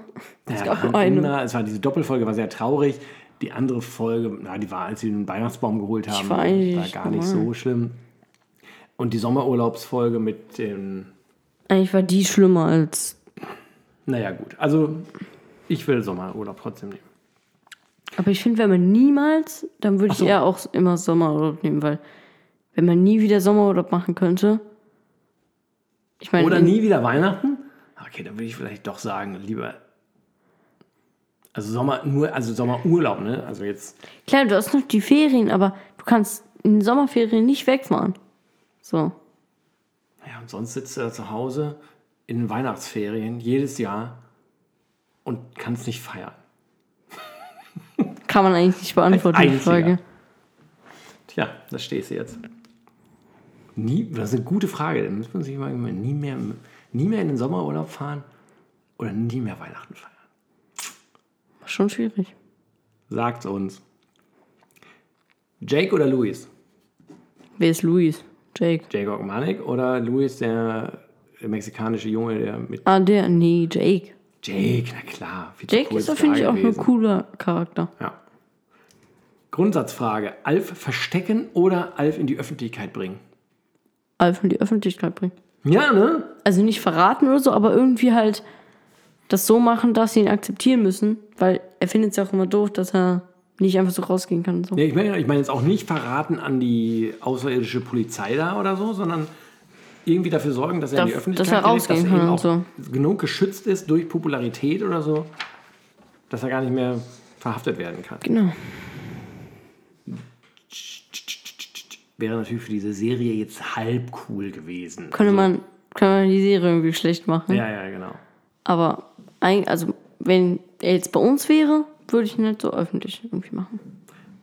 Es
Ja,
gab nur
waren
eine.
immer- Es war diese Doppelfolge, war sehr traurig. Die andere Folge, na, die war, als sie den Weihnachtsbaum geholt haben,
war
war
eigentlich
gar nicht
normal.
so schlimm. Und die Sommerurlaubsfolge mit dem,
Eigentlich war die schlimmer als.
naja, gut. Also, ich will Sommerurlaub trotzdem nehmen.
Aber ich finde, wenn man niemals, dann würde ich
so.
eher auch immer Sommerurlaub nehmen, weil wenn man nie wieder Sommerurlaub machen könnte. Ich meine,
Oder
in-
nie wieder Weihnachten? Okay, dann würde ich vielleicht doch sagen, lieber. Also Sommer, nur, also Sommerurlaub, ne? Also jetzt.
Klar, du hast noch die Ferien, aber du kannst in den Sommerferien nicht wegfahren. So.
Ja, und sonst sitzt du da zu Hause in den Weihnachtsferien jedes Jahr und kannst nicht feiern.
Kann man eigentlich nicht beantworten, die
einziger.
Frage.
Tja, da stehst du jetzt. Nie, das ist eine gute Frage. Da muss man sich mal überlegen, nie mehr, nie mehr in den Sommerurlaub fahren oder nie mehr Weihnachten feiern.
Schon schwierig.
Sagt's uns. Jake oder Luis?
Wer ist Luis? Jake.
Jake Ogmanik oder Luis, der mexikanische Junge, der mit
Ah, der? Nee, Jake.
Jake, na klar. viel zu
Jake
cool
ist doch,
da
finde ich, auch ein
gewesen.
cooler Charakter.
Ja. Grundsatzfrage: Alf verstecken oder Alf in die Öffentlichkeit bringen?
Alf in die Also, Öffentlichkeit bringen.
Ja, ne?
also nicht verraten oder so, aber irgendwie halt das so machen, dass sie ihn akzeptieren müssen, weil er findet es ja auch immer doof, dass er nicht einfach so rausgehen kann. und So.
Ja, ich meine ich meine jetzt auch nicht verraten an die außerirdische Polizei da oder so, sondern irgendwie dafür sorgen, dass er in die
Dass-
Öffentlichkeit
dass er
gerät,
rausgehen
dass er
kann
eben auch
und
genug geschützt ist durch Popularität oder so, dass er gar nicht mehr verhaftet werden kann.
Genau.
Wäre natürlich für diese Serie jetzt halb cool gewesen.
Könnte man, könnte man die Serie irgendwie schlecht machen.
Ja, ja, genau.
Aber ein, also wenn er jetzt bei uns wäre, würde ich ihn halt so öffentlich irgendwie machen.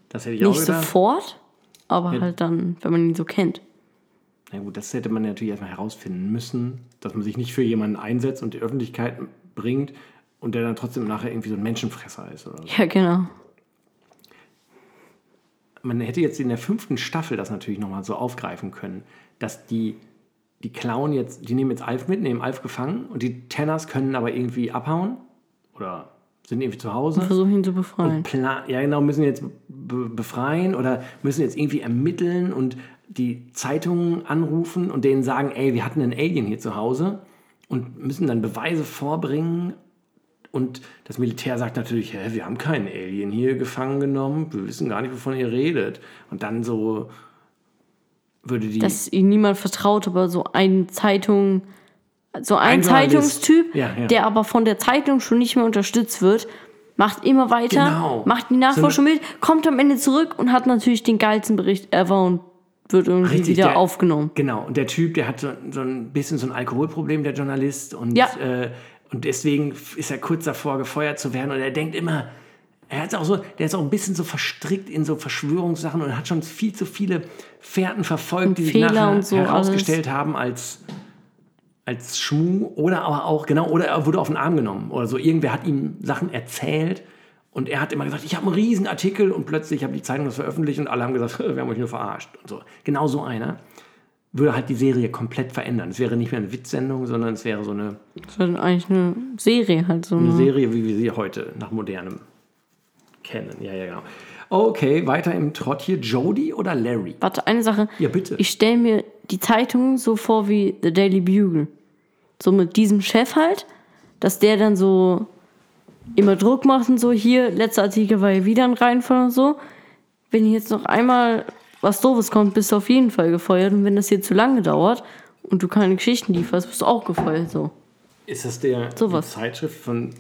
Das hätte ich auch
Nicht
gedacht.
sofort, aber halt dann, wenn man ihn so kennt.
Na gut, das hätte man natürlich erstmal herausfinden müssen, dass man sich nicht für jemanden einsetzt und die Öffentlichkeit bringt und
genau.
der dann trotzdem nachher irgendwie so ein Menschenfresser ist oder so.
Ja, genau.
man hätte jetzt in der fünften Staffel das natürlich nochmal so aufgreifen können, dass die, die klauen jetzt, die nehmen jetzt Alf mit, nehmen Alf gefangen und die Tanners können aber irgendwie abhauen oder sind irgendwie zu Hause.
Versuche ihn zu befreien.
Plan, ja genau, müssen jetzt be befreien oder müssen jetzt irgendwie ermitteln und die Zeitungen anrufen und denen sagen, ey, wir hatten einen Alien hier zu Hause und müssen dann Beweise vorbringen. Und das Militär sagt natürlich, hä, wir haben keinen Alien hier gefangen genommen, wir wissen gar nicht, wovon ihr redet. Und dann so würde die...
Dass ihm niemand vertraut, aber so ein Zeitung, so
Ein
ein,
Journalist.
Zeitungstyp,
Ja, ja.
der aber von der Zeitung schon nicht mehr unterstützt wird, macht immer weiter,
Genau.
macht die Nachforschung mit, kommt am Ende zurück und hat natürlich den geilsten Bericht ever und wird irgendwie
Richtig,
wieder
der-
aufgenommen.
Genau, und der Typ, der hat so, so ein bisschen so ein Alkoholproblem, der Journalist. Und,
Ja.
äh, und deswegen ist er kurz davor, gefeuert zu werden. Und er denkt immer, er ist auch so, der ist auch ein bisschen so verstrickt in so Verschwörungssachen und hat schon viel zu viele Fährten verfolgt, die sich
Fehler
nachher
und so
herausgestellt haben als, als Schmuh oder aber auch, genau, oder er wurde auf den Arm genommen oder so. Irgendwer hat ihm Sachen erzählt. Und er hat immer gesagt, ich habe einen riesen Artikel und plötzlich haben die Zeitung das veröffentlicht und alle haben gesagt, [laughs] wir haben euch nur verarscht und so. Genau so einer würde halt die Serie komplett verändern. Es wäre nicht mehr eine Witzsendung, sondern es wäre so eine,
Das war dann eigentlich eine Serie halt so.
eine
Ne?
Serie, wie wir sie heute nach modernem kennen. Ja, ja, genau. Okay, weiter im Trott hier. Jody oder Larry?
Warte, eine Sache.
Ja, bitte.
Ich stelle mir die Zeitung so vor wie The Daily Bugle. So mit diesem Chef halt, dass der dann so immer Druck macht und so, hier, letzter Artikel war ja wieder ein Reinfall und so. Wenn hier jetzt noch einmal was Doofes kommt, bist du auf jeden Fall gefeuert. Und wenn das hier zu lange dauert und du keine Geschichten lieferst, bist du auch gefeuert. So.
Ist das der
Sowas.
die Zeitschrift von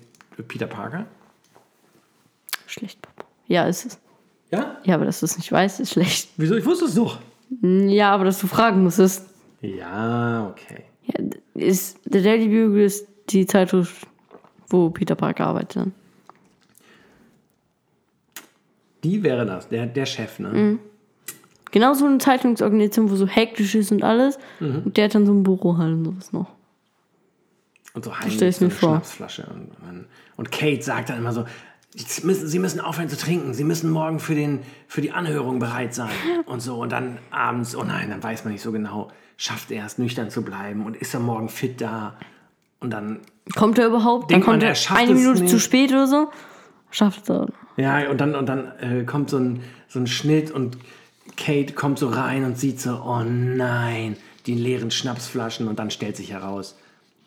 Peter Parker?
Schlecht, Papa. Ja, ist es.
Ja?
Ja, aber dass du es nicht weißt, ist schlecht. Hm,
Wieso? Ich wusste es doch.
Ja, aber dass du fragen musstest.
Ja, okay.
Ja, ist, der Daily Bugle ist die Zeitung, wo Peter Parker arbeitet. ne?
Die wäre das, der, der Chef, ne?
Mhm. Genau so eine Zeitungsorganisation, wo so hektisch ist und alles.
Mhm.
Und der hat dann so ein Büro halt und sowas noch.
Und so
stell
heimlich
ich's
so eine
mir vor.
Schnapsflasche. Und, man, und Kate sagt dann immer so, "Sie müssen, Sie müssen aufhören zu trinken, Sie müssen morgen für, den, für die Anhörung bereit
[laughs]
sein. Und so, und dann abends, oh nein, dann weiß man nicht so genau, schafft er es, nüchtern zu bleiben und ist er morgen fit da? Und dann,
Kommt er überhaupt? Dann
Denkt man,
kommt
er
er
schafft
eine
es
Minute zu
nicht.
spät oder so. Schafft er. ne?
ja, und dann, und dann äh, kommt so ein, so ein Schnitt und Kate kommt so rein und sieht so, oh nein, die leeren Schnapsflaschen und dann stellt sich heraus,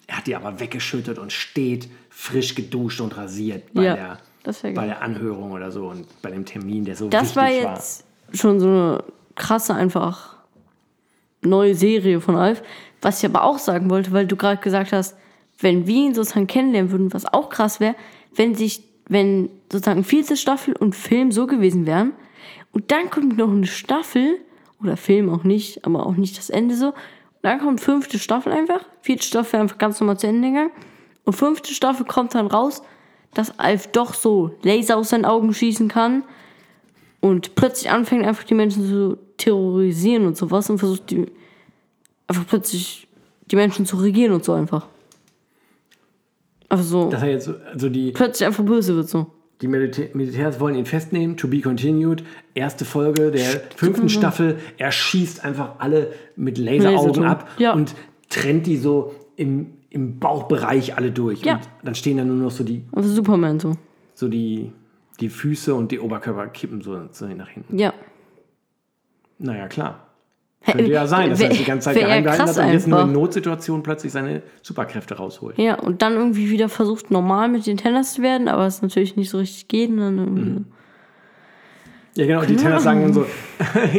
er hat die aber weggeschüttet und steht frisch geduscht und rasiert bei
Ja,
der
das wär
bei
geil.
der Anhörung oder so und bei dem Termin, der so wichtig
Das war
war.
jetzt schon so eine krasse, einfach neue Serie von Alf. Was ich aber auch sagen wollte, weil du gerade gesagt hast, wenn wir ihn sozusagen kennenlernen würden, was auch krass wäre, wenn sich, wenn sozusagen vierte Staffel und Film so gewesen wären und dann kommt noch eine Staffel oder Film auch nicht, aber auch nicht das Ende so. Und dann kommt fünfte Staffel einfach, vierte Staffel einfach ganz normal zu Ende gegangen und fünfte Staffel kommt dann raus, dass Alf doch so Laser aus seinen Augen schießen kann und plötzlich anfängt einfach die Menschen zu terrorisieren und sowas und versucht die einfach plötzlich die Menschen zu regieren und so einfach. Einfach so.
Dass er jetzt, so- also die,
plötzlich einfach böse wird so.
die Militä Militärs wollen ihn festnehmen, to be continued. Erste Folge der fünften Staffel, er schießt einfach alle mit Laseraugen
Laserton,
ab
ja.
und trennt die so im, im Bauchbereich alle durch.
Ja.
Und dann stehen da nur noch so die,
Einfach Superman so.
so die, die Füße und die Oberkörper kippen so, so nach hinten.
Ja.
Naja, klar. Könnte ja sein, dass er
Äh, Wär-
die ganze Zeit
wär ja
geheim gehalten
krass
hat und jetzt nur
einfach.
in Notsituationen plötzlich seine Superkräfte rausholt.
Ja, und dann irgendwie wieder versucht, normal mit den Tennis zu werden, aber es natürlich nicht so richtig geht. Und dann irgendwie
Mhm. Ja, genau. Und die Tenors sagen [laughs] dann so,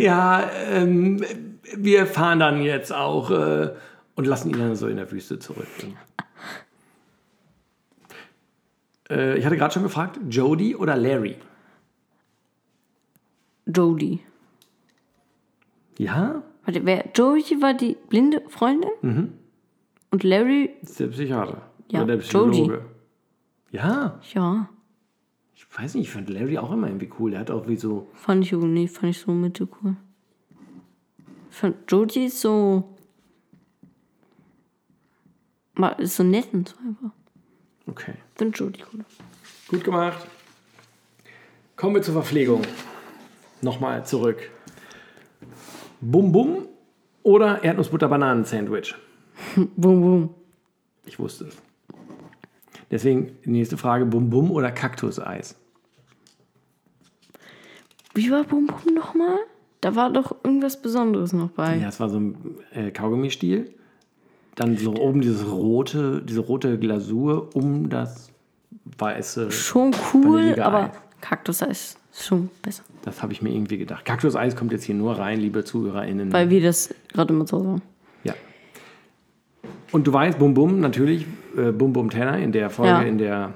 ja, ähm, wir fahren dann jetzt auch äh, und lassen ihn dann so in der Wüste zurück. Äh, ich hatte gerade schon gefragt, Jody oder Larry?
Jodie.
Ja,
Warte, wer? Jodie war die blinde Freundin? Mhm. Und Larry,
ist der Psychiater.
Ja,
oder der
Jody.
Psychologe. Ja,
ja,
ich weiß nicht, ich fand Larry auch immer irgendwie cool. Der hat auch wie so,
fand ich irgendwie, fand ich so mitte cool. Ich fand Jodie ist so. Mal, ist so nett und so einfach.
okay,
Ich finde Jodie cool.
gut gemacht. Kommen wir zur Verpflegung. Nochmal zurück. Bum Bum oder Erdnussbutter-Bananen-Sandwich?
Bum, bum.
Ich wusste es. Deswegen nächste Frage: Bum Bum oder Kaktuseis?
Wie war Bum Bum nochmal? Da war doch irgendwas Besonderes noch bei.
Ja, es war so ein äh, Kaugummi-Stiel. Dann so oben dieses rote, diese rote Glasur um das weiße.
Schon cool,
Vanillige
aber
Eis.
Kaktuseis ist schon besser.
Das habe ich mir irgendwie gedacht. Kaktuseis kommt jetzt hier nur rein, liebe ZuhörerInnen.
Weil wir das gerade immer so [laughs] sagen.
Ja. Und du weißt, Bum Bum natürlich, äh, Bum Bum Tanner in der Folge,
Ja.
in der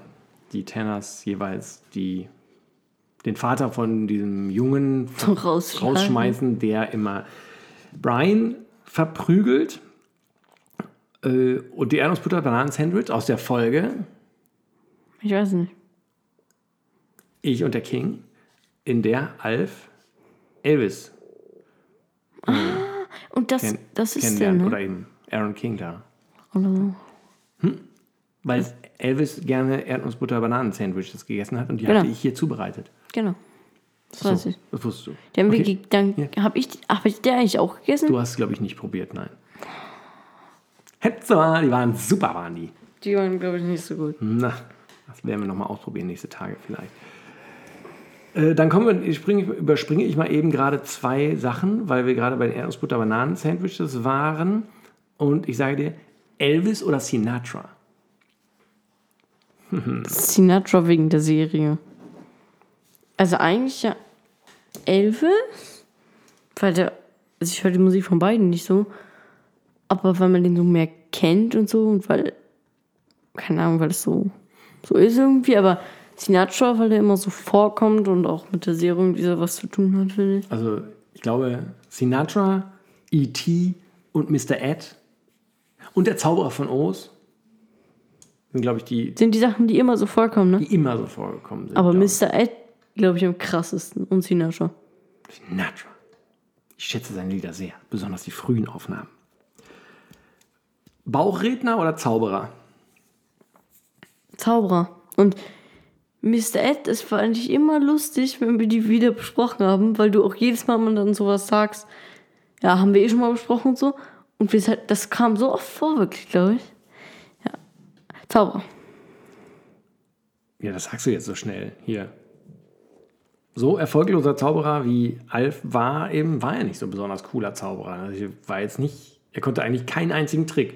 die Tanners jeweils die, den Vater von diesem Jungen
Zum Rausschmeißen.
rausschmeißen, der immer Brian verprügelt. Äh, und die Erdnussbutter Bananen Sandwich aus der Folge
Ich weiß nicht.
Ich und der King, in der Alf Elvis
Und das,
kenn
das ist der,
kennenlernt.
ne?
Oder eben Aaron King da.
Oder so.
Weil Elvis gerne Erdnussbutter-Bananen-Sandwiches gegessen hat und die
Genau.
hatte ich hier zubereitet.
Genau. Das weiß ich.
Das wusstest du.
Die haben wir
Okay.
ge- dann habe ich, die- hab ich die eigentlich auch gegessen?
Du hast es, glaube ich, nicht probiert, nein. Hetze, die waren super, waren die.
Die waren, glaube ich, nicht so gut.
Na, das werden wir nochmal ausprobieren, nächste Tage vielleicht. Äh, Dann kommen wir, ich springe, überspringe ich mal eben gerade zwei Sachen, weil wir gerade bei den Erdnussbutter-Bananen-Sandwiches waren. Und ich sage dir, Elvis oder Sinatra?
Sinatra wegen der Serie. Also eigentlich ja Elvis, weil der, also ich höre die Musik von beiden nicht so, aber weil man den so mehr kennt und so und weil, keine Ahnung, weil es so, so ist irgendwie, aber Sinatra, weil der immer so vorkommt und auch mit der Serie irgendwie so was zu tun hat, finde ich.
Also, ich glaube, Sinatra, E.T. und Mr. Ed und der Zauberer von Oz sind, glaube ich, die,
Sind die Sachen, die immer so vorkommen, ne?
die immer so vorgekommen sind.
Aber
glaub ich.
Mr. Ed, glaube ich, am krassesten und Sinatra.
Sinatra. Ich schätze seine Lieder sehr, besonders die frühen Aufnahmen. Bauchredner oder Zauberer?
Zauberer. Und Mr. Ed ist vor allem immer lustig, wenn wir die wieder besprochen haben, weil du auch jedes Mal, wenn man dann sowas sagst, ja, haben wir eh schon mal besprochen und so. Und wir, halt- das kam so oft vor, wirklich, glaube ich. Ja. Zauberer.
Ja, das sagst du jetzt so schnell hier. So erfolgloser Zauberer wie Alf war eben, war er nicht so ein besonders cooler Zauberer. Also er war jetzt nicht, er konnte eigentlich keinen einzigen Trick.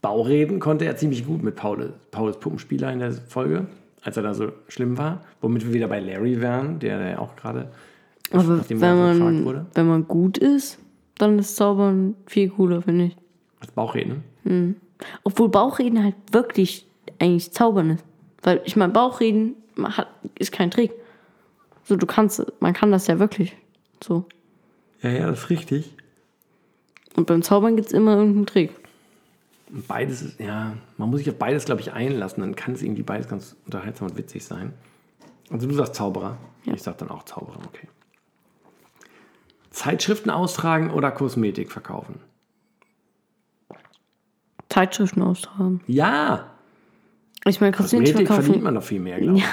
Baureden konnte er ziemlich gut mit Paul, Pauls Puppenspieler in der Folge, als er da so schlimm war. Womit wir wieder bei Larry wären, der ja auch gerade,
Aber
nachdem
wenn
er gefragt
man,
wurde.
wenn man gut ist, dann ist Zaubern viel cooler, finde ich.
Als Bauchredner.
Obwohl Bauchreden halt wirklich eigentlich Zaubern ist. Weil ich meine, Bauchreden man hat, ist kein Trick. So, du kannst, man kann das ja wirklich. So.
Ja, ja, das ist richtig.
Und beim Zaubern gibt es immer irgendeinen Trick.
Und Beides ist, ja, man muss sich auf beides, glaube ich, einlassen. Dann kann es irgendwie beides ganz unterhaltsam und witzig sein. Also du sagst Zauberer. Ich sag dann auch Zauberer, okay. Zeitschriften austragen oder Kosmetik verkaufen?
Zeitschriften austragen.
Ja!
Ich meine, Kosmetik
Kosmetik verdient
verkaufen.
man doch viel mehr, glaube ich.
Ja,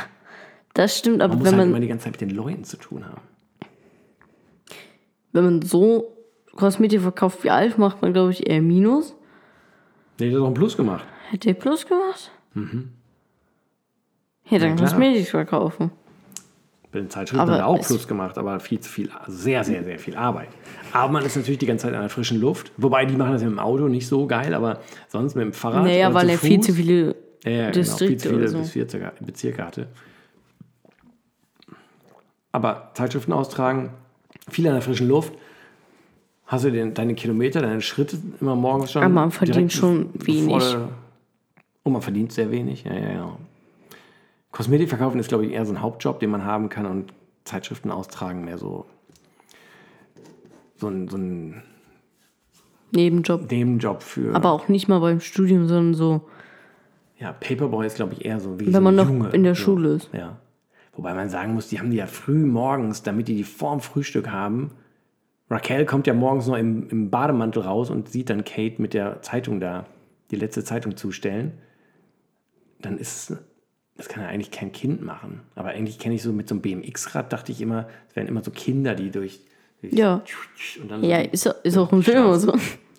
Das stimmt, aber
man muss
wenn,
halt
man,
immer die ganze Zeit mit den Leuten zu tun haben.
wenn man so Kosmetik verkauft wie Alf, macht man, glaube ich, eher Minus.
Nee, der hat doch einen Plus gemacht.
Hätte er Plus gemacht? Mhm. Ja, dann
klar.
Kosmetik verkaufen.
Bei den Zeitschriften
Aber
hat er auch
es-
Plus gemacht, aber viel zu viel, also sehr, sehr, sehr viel Arbeit. Aber man ist natürlich die ganze Zeit an der frischen Luft. Wobei, die machen das mit dem Auto nicht so geil, aber sonst mit dem Fahrrad.
Naja,
oder
weil er viel
Also Fuß.
zu viele
Ja, ja, genau. Viel
Distrikte
zu viele
oder so.
Bezirke, Bezirke hatte. Aber Zeitschriften austragen, viel an der frischen Luft. Hast du den, deine Kilometer, deine Schritte immer morgens schon?
Aber man verdient
direkt
schon
bevor
wenig.
du- Oh, man verdient sehr wenig, ja, ja, ja. Kosmetik verkaufen ist, glaube ich, eher so ein Hauptjob, den man haben kann und Zeitschriften austragen mehr so, so, ein, so ein
Nebenjob.
Nebenjob für.
Aber auch nicht mal beim Studium, sondern so.
Ja, Paperboy ist, glaube ich, eher so wie so
Wenn man
ein
noch
Junge.
in der
so.
Schule ist.
Ja. Wobei man sagen muss, die haben die ja früh morgens, damit die die vorm Frühstück haben. Raquel kommt ja morgens noch im, im Bademantel raus und sieht dann Kate mit der Zeitung da, die letzte Zeitung zustellen. Dann ist es das kann ja eigentlich kein Kind machen. Aber eigentlich kenne ich so mit so einem BMX-Rad, dachte ich immer, es wären immer so Kinder, die durch. durch
Ja.
Und dann
Ja, ist, ist auch im Film oder so.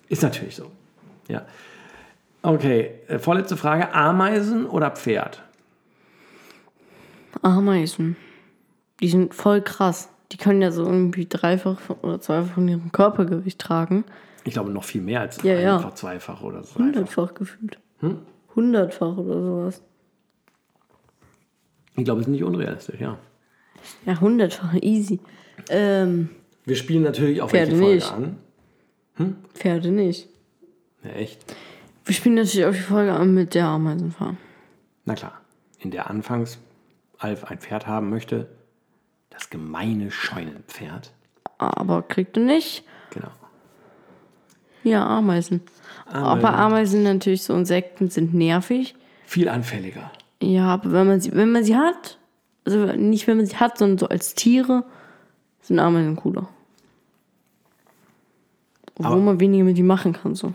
Ist natürlich so. Ja. Okay, äh, vorletzte Frage: Ameisen oder Pferd?
Ameisen. Die sind voll krass. Die können ja so irgendwie dreifach oder zweifach von ihrem Körpergewicht tragen.
Ich glaube, noch viel mehr als
Ja, ja.
einfach zweifach oder so.
Hundertfach gefühlt. Hundertfach oder sowas.
Ich glaube, es ist nicht unrealistisch, ja.
Ja, hundertfach, easy. Ähm,
Wir spielen natürlich auch
Pferde
welche Folge
nicht.
an.
Pferde nicht.
Ja, echt?
Wir spielen natürlich auch die Folge an mit der Ameisenfarm.
Na klar. In der anfangs Alf ein Pferd haben möchte, das gemeine Scheunenpferd.
Aber kriegt du nicht?
Genau.
Ja, Ameisen. Aber Ameisen natürlich so Insekten sind nervig.
Viel anfälliger.
Ja, aber wenn man sie, wenn man sie hat, also nicht wenn man sie hat, sondern so als Tiere, sind Ameisen cooler. Obwohl
Aber-
man weniger mit ihnen machen kann, so.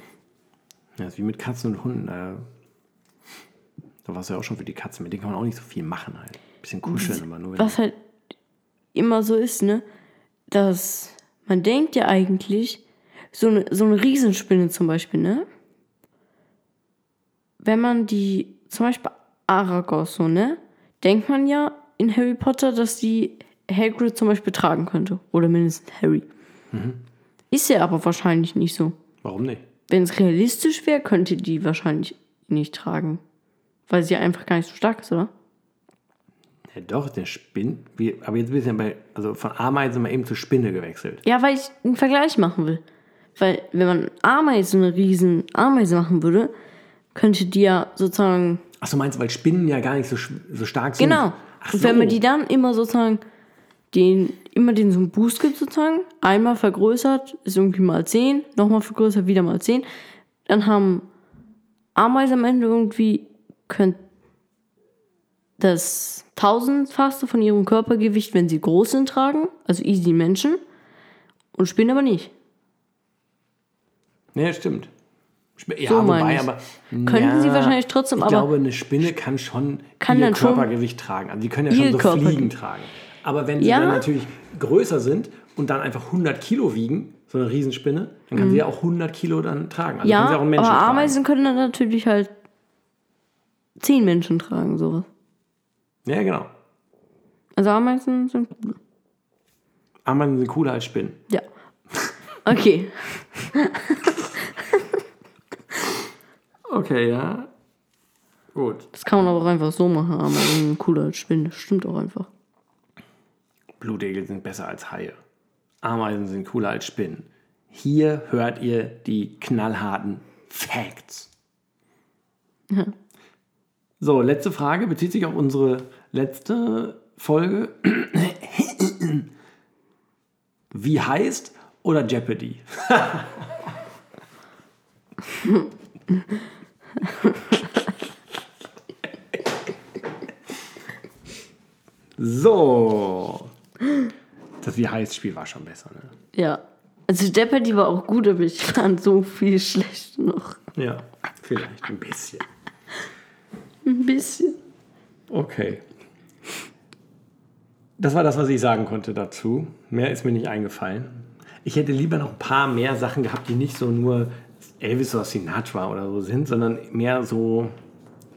Ja, ist wie mit Katzen und Hunden. Da, da warst du ja auch schon für die Katzen. Mit denen kann man auch nicht so viel machen halt. Bisschen kuscheln, aber nur. wenn-
Was halt immer so ist, ne? Dass man denkt ja eigentlich, so eine, so eine Riesenspinne zum Beispiel, ne? Wenn man die, zum Beispiel Aragos, so, ne? Denkt man ja in Harry Potter, dass die Hagrid zum Beispiel tragen könnte. Oder mindestens Harry. Ist ja aber wahrscheinlich nicht so.
Warum nicht?
Wenn es realistisch wäre, könnte die wahrscheinlich nicht tragen. Weil sie einfach gar nicht so stark ist, oder?
Ja, doch, der Spinn. Wir, aber jetzt ein bisschen bei. Also von Ameisen sind wir eben zur Spinne gewechselt.
Ja, weil ich einen Vergleich machen will. Weil, wenn man Ameisen, eine riesen Ameise machen würde, könnte die ja sozusagen.
Achso, meinst du, weil Spinnen ja gar nicht so, sch- so stark sind?
Genau.
Ach so.
Und wenn man die dann immer sozusagen. Den, immer den so einen Boost gibt sozusagen. Einmal vergrößert, ist irgendwie mal 10, nochmal vergrößert, wieder mal 10. Dann haben Ameisen am Ende irgendwie könnt das tausendfachste von ihrem Körpergewicht, wenn sie groß sind, tragen. Also easy Menschen. Und Spinnen aber nicht.
Ja, stimmt. Sp ja,
So meine
wobei,
ich.
aber.
Könnten sie wahrscheinlich trotzdem,
Ich
aber-
glaube, eine Spinne kann schon
Kann
ihr
dann schon-
Körpergewicht tragen. Also, die können ja schon
Ihr
so
Körper-
Fliegen tragen. Aber wenn sie
Ja.
dann natürlich größer sind und dann einfach 100 Kilo wiegen, so eine Riesenspinne, dann kann sie ja auch 100 Kilo dann tragen. Also kann
Mhm. Ja,
sie auch einen
aber
Menschen tragen.
Ameisen können dann natürlich halt zehn Menschen tragen, sowas.
Ja, genau.
Also Ameisen sind.
Ameisen sind cooler als Spinnen.
[laughs] Ja. Okay.
Okay, ja. Gut.
Das kann man aber auch einfach so machen. Ameisen sind cooler als Spinnen. Das stimmt auch einfach.
Blutegel sind besser als Haie. Ameisen sind cooler als Spinnen. Hier hört ihr die knallharten Facts. So, letzte Frage bezieht sich auf unsere letzte Folge. [clears throat] Wie heißt oder Jeopardy? So. Das Wie heißt Spiel war schon besser, ne?
Ja. Also Jeopardy war auch gut, aber ich fand so viel schlecht noch.
Ja, vielleicht ein bisschen.
Ein bisschen.
Okay. Das war das, was ich sagen konnte dazu. Mehr ist mir nicht eingefallen. Ich hätte lieber noch ein paar mehr Sachen gehabt, die nicht so nur Elvis oder Sinatra oder so sind, sondern mehr so,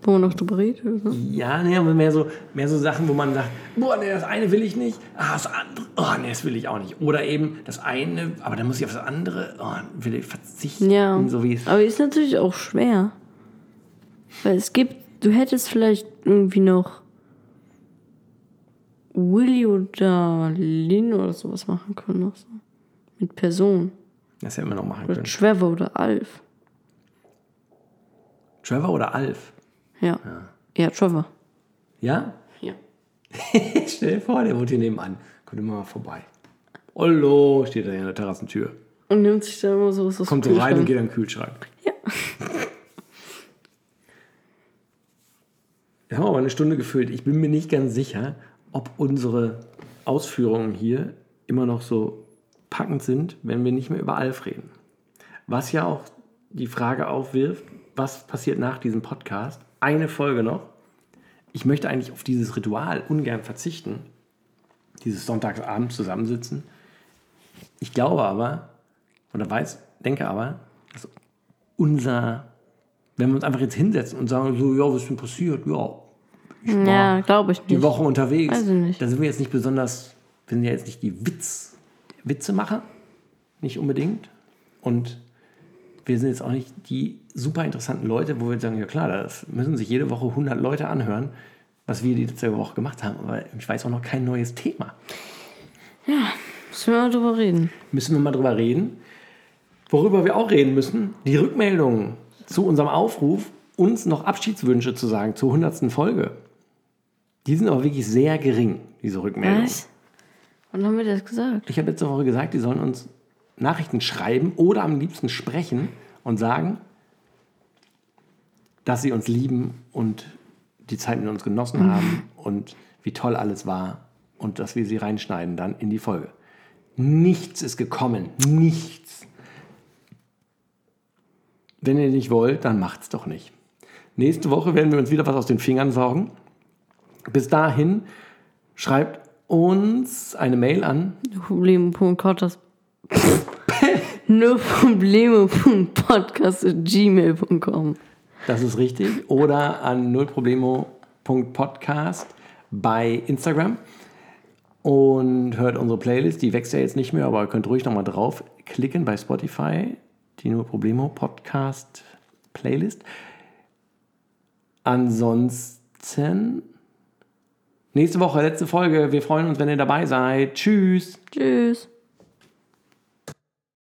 Wo man noch drüber redet. Oder? so.
ja, nee, aber mehr so, mehr so Sachen, wo man sagt, boah, nee, das eine will ich nicht, ah, das andere, oh, nee, das will ich auch nicht. Oder eben das eine, aber dann muss ich auf das andere, oh, will ich verzichten,
Ja.
so wie es.
aber ist natürlich auch schwer. Weil es gibt. Du hättest vielleicht irgendwie noch. Willy oder Lin oder sowas machen können. Oder so. Mit Personen.
Das hätten wir noch machen
Oder
können.
Trevor oder Alf.
Trevor oder Alf?
Ja. Ja, Trevor.
Ja?
Ja.
[laughs] Stell dir vor, der wohnt hier nebenan. Kommt immer mal vorbei. Hallo, steht da hier an der Terrassentür.
Und nimmt sich dann immer sowas aus
Kommt so
dem
rein und
Kühlschrank.
geht an den Kühlschrank. [laughs]
Ja.
Wir haben aber eine Stunde gefüllt. Ich bin mir nicht ganz sicher, ob unsere Ausführungen hier immer noch so packend sind, wenn wir nicht mehr über Alf reden. Was ja auch die Frage aufwirft, was passiert nach diesem Podcast? Eine Folge noch. ich möchte eigentlich auf dieses Ritual ungern verzichten, dieses Sonntagabend zusammensitzen. Ich glaube aber, oder weiß, denke aber, dass unser, wenn wir uns einfach jetzt hinsetzen und sagen, so, ja, was ist denn passiert? Ja, ich war
Ja, glaube ich
die
nicht.
Woche unterwegs.
Weiß ich nicht.
Da sind wir jetzt nicht besonders, wir sind ja jetzt nicht die Witz, Witzemacher, nicht unbedingt. Und wir sind jetzt auch nicht die super interessanten Leute, wo wir sagen, ja klar, das müssen sich jede Woche 100 Leute anhören, was wir die letzte Woche gemacht haben. Aber ich weiß auch noch kein neues Thema.
Müssen wir mal drüber reden.
Müssen wir mal drüber reden. Worüber wir auch reden müssen, die Rückmeldungen zu unserem Aufruf, uns noch Abschiedswünsche zu sagen zur 100. Folge. Die sind aber wirklich sehr gering, diese Rückmeldungen.
Was? Wann haben wir das gesagt?
Ich habe letzte Woche gesagt, die sollen uns Nachrichten schreiben oder am liebsten sprechen und sagen, dass sie uns lieben und die Zeit mit uns genossen haben und wie toll alles war und dass wir sie reinschneiden dann in die Folge. Nichts ist gekommen. Nichts. Wenn ihr nicht wollt, dann macht's doch nicht. Nächste Woche werden wir uns wieder was aus den Fingern saugen. Bis dahin schreibt uns eine Mail an
Probleme.podcast. [laughs] Nur Probleme.podcast.gmail.com.
Das ist richtig. Oder an nullproblemo.podcast bei Instagram. Und hört unsere Playlist. Die wächst ja jetzt nicht mehr, aber ihr könnt ruhig nochmal draufklicken bei Spotify. Die Null Problemo Podcast Playlist. Ansonsten. Nächste Woche, letzte Folge. Wir freuen uns, wenn ihr dabei seid. Tschüss.
Tschüss.